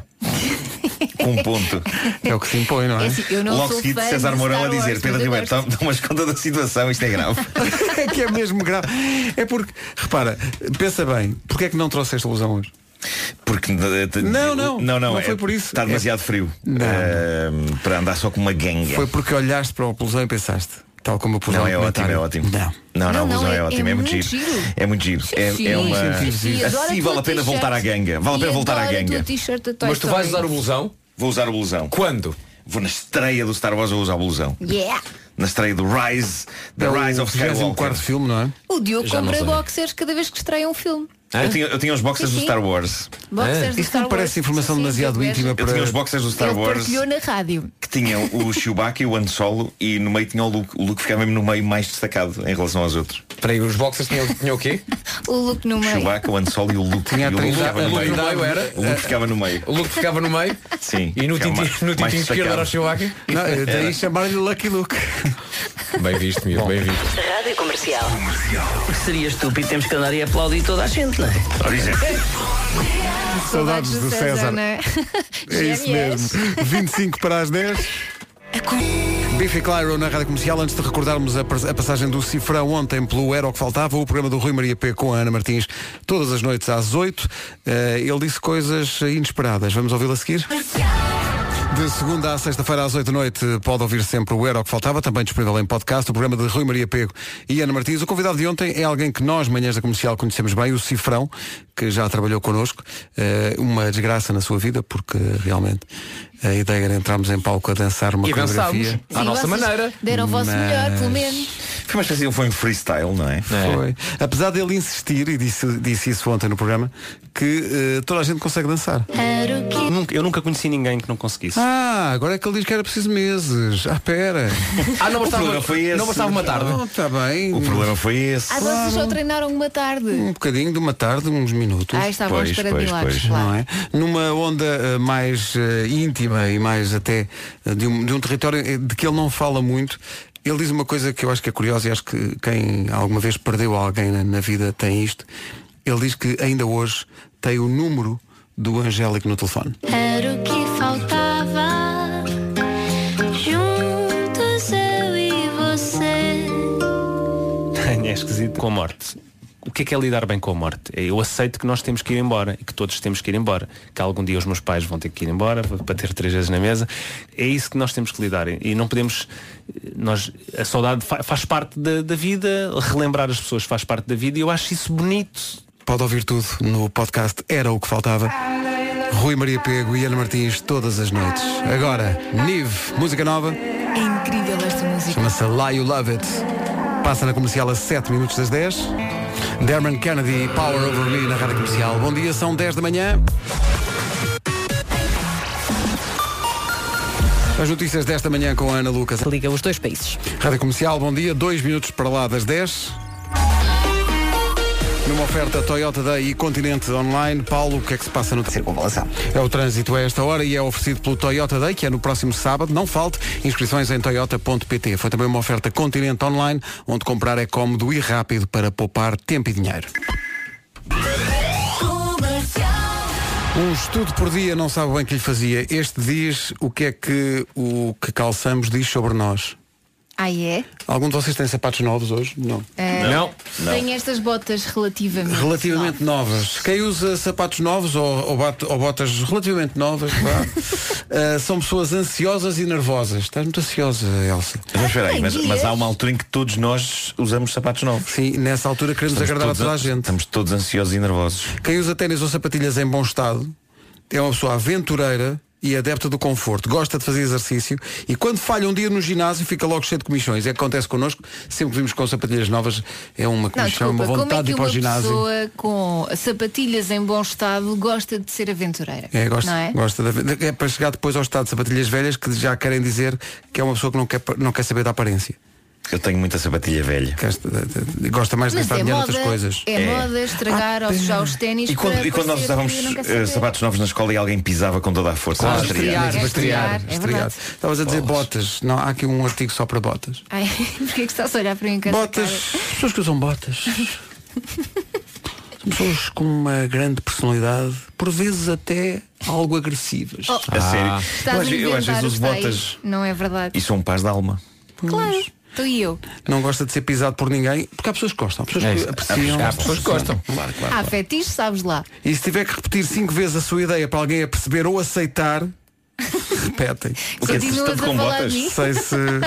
Com um ponto.
É o que se impõe, não
é? É assim, eu não
Logo
sou
seguido,
fã
César
de
Mourão a
Star Wars,
dizer, Pedro
mas eu
Ribeiro, tom- tomas conta da situação, isto é grave.
[LAUGHS]
[LAUGHS]
É que é mesmo grave. É porque, repara, pensa bem, porque é que não trouxeste ilusão hoje?
Porque eh,
Não, não,
não,
não
é-
foi por isso.
Está demasiado frio eh, para andar só com uma ganga.
Foi porque olhaste para o blusão e pensaste, tal como eu pus
É. Não
lá no
é ótimo,
comentário.
é ótimo. Não, não, o
Não, não,
blusão
é-
é, ótimo, é,
é
muito
muito
giro.
giro.
É muito giro. É,
Sim,
é
sim,
uma.
sim, sim, sim.
Assim
Adoro a
vale
tua
a pena
t-shirt.
voltar à ganga. Vale a
E
pena voltar à
adoro a tua
ganga.
t-shirt da Toy Story.
um
blusão? Vou usar o blusão.
Quando?
Vou na estreia do Star Wars, vou usar o blusão.
Yeah.
Na estreia do Rise,
É
The Rise of Skywalker.
É o quarto filme, não é?
O Diogo
Já não
compra
sei.
boxers cada vez que estreia um filme.
Eu tinha, eu tinha os boxers
Sim,
do
sim.
Star Wars.
Boxers do Isso não Star parece Wars.
informação Sim, demasiado sim, íntima
Eu
para-
tinha os boxers do Star
Ele
Wars
partilhou na rádio.
que tinham o Chewbacca e o Han Solo e no meio tinha o Luke. O Luke ficava mesmo no meio mais destacado em relação aos outros.
Espera aí, os boxers tinham, tinham o quê?
O look no meio.
Chewbacca, o Han Solo e o Luke.
Tinha
e o Luke
a
ficava
trindade-
no
a
meio.
trindade era-
O Luke ficava no meio.
O Luke ficava no meio
Sim.
É
e no
ficava
tintim
mais-
no
mais
tintim esquerdo
destacado.
era o Chewbacca?
Não, é daí
[LAUGHS]
Era.
chamaram-lhe Lucky Luke.
Bem visto, meu, bem visto.
Rádio comercial. Porque seria estúpido, temos que andar e aplaudir toda a gente, não é?
Saudades do César.
não
É
é?
isso mesmo. 25 para as 10. Biffy Clyro na Rádio Comercial, antes de recordarmos a, pas- a passagem do Cifrão ontem pelo Era o que Faltava, o programa do Rui Maria P com a Ana Martins, todas as noites às 8. Eh, ele disse coisas inesperadas. Vamos ouvi-lo a seguir? De segunda à sexta-feira às 8 da noite pode ouvir sempre o Era o que Faltava, também disponível em podcast, o programa de Rui Maria Pego e Ana Martins. O convidado de ontem é alguém que nós, manhãs da comercial, conhecemos bem, o Cifrão, que já trabalhou connosco. Eh, uma desgraça na sua vida, porque realmente a ideia era entrarmos em palco a dançar uma
E dançámos,
coreografia.
à Sim, nossa
Vocês Deram o vosso
Mas-
melhor, pelo menos.
Foi uma espécie, foi um freestyle, não é?
Foi. Apesar dele insistir, e disse, disse isso ontem no programa, que eh, toda a gente
[LAUGHS]
consegue dançar.
Nunca- eu nunca conheci ninguém que não conseguisse.
Ah, agora é que ele diz que era preciso meses. Ah, pera.
Ah, não bastava-
não bastava uma tarde.
Está bem.
Hum.
O problema foi esse.
Ah, vocês só treinaram uma tarde.
Um bocadinho de uma tarde, uns minutos.
Ah, está bom, Pois, espera de pois, milagres, pois. claro.
Não é? Numa onda eh, mais eh, íntima e mais até eh, de, um, de um território eh, de que ele não fala muito, Ele diz uma coisa que eu acho que é curiosa e acho que quem alguma vez perdeu alguém na, na vida tem isto. Ele diz que ainda hoje tem o número do Angélico no telefone.
Era o que faltava Juntos eu e você
É esquisito. Com a morte. O que é que é lidar bem com a morte? É, Eu aceito que nós temos que ir embora e que todos temos que ir embora. Que algum dia os meus pais vão ter que ir embora para para ter três vezes na mesa. É isso que nós temos que lidar. E não podemos. Nós, a saudade fa- faz parte da, da vida, relembrar as pessoas faz parte da vida e eu acho isso bonito.
Pode ouvir tudo no podcast Era o que Faltava. Rui Maria Pego e Ana Martins todas as noites. Agora, Nive, música nova,
É incrível esta música.
chama-se Lie You Love It. Passa na comercial a 7 minutos das 10. Derman Kennedy, Power Over Me na rádio comercial. Bom dia, são 10 da manhã. As notícias desta manhã com a Ana Lucas.
Liga os dois países.
Rádio Comercial, bom dia. Dois minutos para lá das 10. Numa oferta Toyota Day e Continente Online, Paulo, o que é que se passa no
circunvalação?
É o trânsito a esta hora e é oferecido pelo Toyota Day, que é no próximo sábado. Não falte inscrições em toyota.pt. Foi também uma oferta Continente Online, onde comprar é cómodo e rápido para poupar tempo e dinheiro. Um estudo por dia não sabe bem o que lhe fazia. Este diz o que é que o que calçamos diz sobre nós.
Ah, é?
Algum de vocês tem sapatos novos hoje? Não.
Eh, Tem estas botas relativamente.
Relativamente novas. Quem usa sapatos novos ou, ou bate- ou botas relativamente novas
[LAUGHS]
vá, eh, são pessoas ansiosas e nervosas. Estás muito ansiosa, Elsa.
Ah,
Mas espera aí, mas,
Ai,
mas há uma altura em que todos nós usamos sapatos novos.
Sim, nessa altura queremos agradar a toda a gente.
Estamos todos ansiosos e nervosos.
Quem usa ténis ou sapatilhas em bom estado é uma pessoa aventureira e adepta do conforto. Gosta de fazer exercício e quando falha um dia no ginásio fica logo cheio de comissões. É que acontece connosco. Sempre que vimos com sapatilhas novas é uma
Não,
comissão,
desculpa,
uma
como é
vontade de
que
ir para
uma
o ginásio.
pessoa com sapatilhas em bom estado gosta de ser aventureira?
É, gosta,
Não é?
gosta de- de- é para chegar depois ao estado de sapatilhas velhas que já querem dizer que é uma pessoa que não quer, não quer saber da aparência.
Eu tenho muita sapatilha velha.
Gosta mais de
Mas
gastar
é
dinheiro
moda,
noutras coisas.
é moda estragar ou sujar os ténis
E quando,
para
e quando nós
parecer
usávamos
que não quer
eh,
saber.
sapatos novos na escola e alguém pisava com toda a força.
Claro,
a
estrear, para estrear,
É
estrear.
verdade.
Estavas a dizer botas. Não, há aqui um artigo só para botas.
Ai, [LAUGHS] porquê é que estás a olhar para mim com essa
Botas, pessoas que usam botas. São pessoas com uma grande personalidade, por vezes até algo agressivas.
Oh.
A sério.
Estás
Eu às ve- eu às vezes
inventar
uso
o que está aí.
botas
Não é verdade.
e sou um paz de alma.
Claro, tu e eu.
Não gosta de ser pisado por ninguém, porque há pessoas que gostam, há pessoas
É
que
isso. Há
apreciam.
pessoas- há pessoas que gostam.
Claro, claro.
Há fetiches, sabes lá.
E se tiver que repetir cinco vezes a sua ideia para alguém a perceber ou
[LAUGHS]
aceitar, repetem.
O quê? Continuas Tanto com a falar botas? de mim?
Sei se. hã?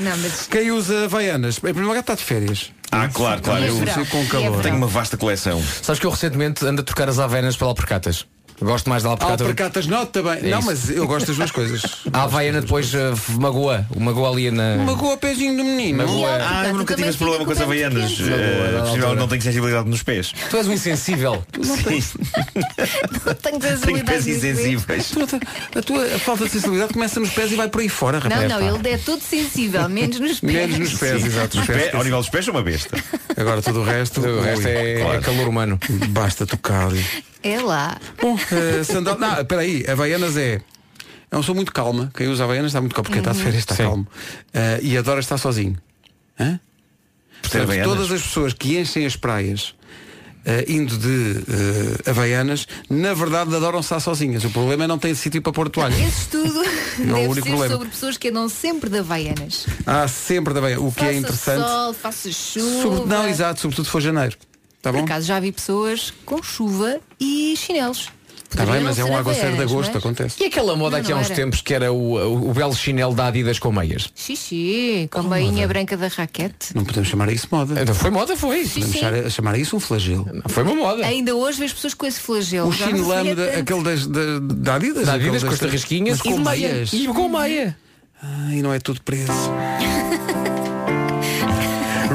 Não, mas
Quem usa Havaianas? Em primeiro lugar está de férias.
Ah, claro, claro.
É
Eu
verão.
com
É
calor.
verão.
Tenho uma vasta coleção.
Sabes que eu recentemente ando a trocar as avenas pela Alpercatas. Gosto mais da Alpercata.
Alpercatas não, também.
É
não,
isso.
mas eu gosto das duas coisas.
A Havaiana depois eh, magoa. Magoa ali na.
Magoa o pezinho do menino.
Magoa.
Ah, eu nunca tive esse problema com as havaianas.
Não, não,
Eh,
não,
Possivelmente
não.
não tenho sensibilidade nos pés.
Tu és um insensível.
[LAUGHS]
tenho
Tenho pés
sensibilidade.
insensíveis.
A tua falta de sensibilidade começa nos pés e vai por aí fora,
Não,
rapaz.
não, ele é todo sensível, menos nos pés.
[LAUGHS] Menos nos pés,
Sim.
exato.
Os pés- ao nível dos pés é uma besta.
Agora tudo o resto.
O
ui,
resto é, é calor humano.
Basta tocar.
É lá.
Bom,
É.
eh, sandal... Não, espera aí, Havaianas é. É um som muito calma. Quem usa Havaianas está muito calmo, porque está de
Uhum.
férias, está
Sim.
calmo. Eh, e adora estar sozinho.
Por
Hã? Portanto,
Havaianas.
todas as pessoas que enchem as praias eh, indo de eh, Havaianas, na verdade adoram estar sozinhas. O problema é não ter sítio para pôr toalha.
[LAUGHS] Esse estudo [LAUGHS]
Não é o
deve ser
único problema.
sobre pessoas que andam sempre de Havaianas.
Há sempre também o que é
faça
interessante.
sol, faça chuva.
Sobre- Não, exato, sobretudo se for janeiro. Tá
Por
bom?
acaso já vi pessoas com chuva e chinelos.
Está bem,
Poderiam
mas é
não
um
ser
aguaceiro de
Havaianas,
agosto,
mas-
acontece.
E aquela moda
Não,
aqui há
não
uns
era.
tempos que era o, o, o belo chinelo da Adidas com meias?
Xixi, com a bainha branca da raquete.
Não podemos chamar isso moda.
Então,
Então, foi moda, foi.
Sim,
Podemos
sim.
chamar, chamar isso um flagelo.
Foi uma moda.
Ainda hoje vejo pessoas com esse flagelo.
O
Já não se via
chinelame,
tanto.
da- aquele das, da, da Adidas.
Da
aquele
Adidas, com
das-
as tarrasquinhas
mas
e
com
de meia.
meias.
E com meia.
Ah, e não é tudo
[LAUGHS]
preso.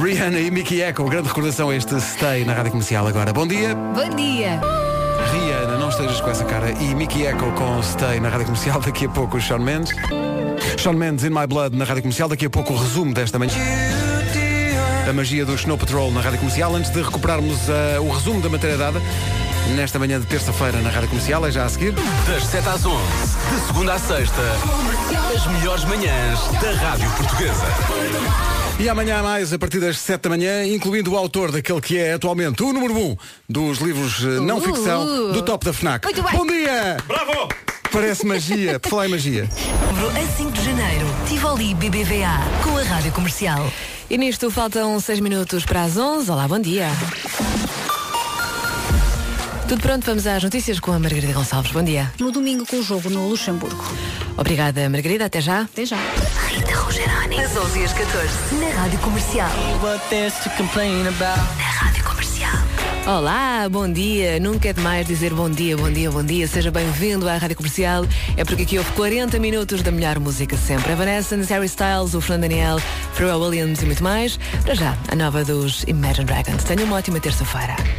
Rihanna e Mickey Echo, grande recordação a este stay na rádio comercial agora. Bom dia.
Bom dia.
Rihanna, não estejas com essa cara. E Mickey Echo com Stay na Rádio Comercial. Daqui a pouco o Sean Mendes. Sean Mendes in My Blood na Rádio Comercial. Daqui a pouco o resumo desta manhã. eh, A magia do Snow Patrol na Rádio Comercial. Antes de recuperarmos ah, o resumo da matéria dada, nesta manhã de terça-feira na Rádio Comercial, é já a seguir.
Das 7 às 11, de segunda à sexta, as melhores manhãs da Rádio Portuguesa.
E amanhã há mais, a partir das 7 da manhã, incluindo o autor daquele que é atualmente o número 1 dos livros eh, não
Uh.
ficção do top da FNAC.
Muito bem.
Bom dia!
Bravo!
Parece magia, por falar em magia.
A 5 de janeiro, Tivoli BBVA, com a Rádio Comercial.
E nisto faltam 6 minutos para as 11. Olá, bom dia. Tudo pronto, vamos às notícias com a Margarida Gonçalves. Bom dia.
No domingo com o jogo no Luxemburgo.
Obrigada, Margarida. Até já.
Até já.
Rita Rogeroni. Às 11 e às 14, na Rádio Comercial. Na Rádio Comercial.
Olá, bom dia. Nunca é demais dizer bom dia, bom dia, bom dia. Seja bem-vindo à Rádio Comercial. É porque aqui houve 40 minutos da melhor música sempre. Evanescence, Harry Styles, o Fernando Daniel, Pharrell Williams e muito mais. Para já, a nova dos Imagine Dragons. Tenha uma ótima terça-feira.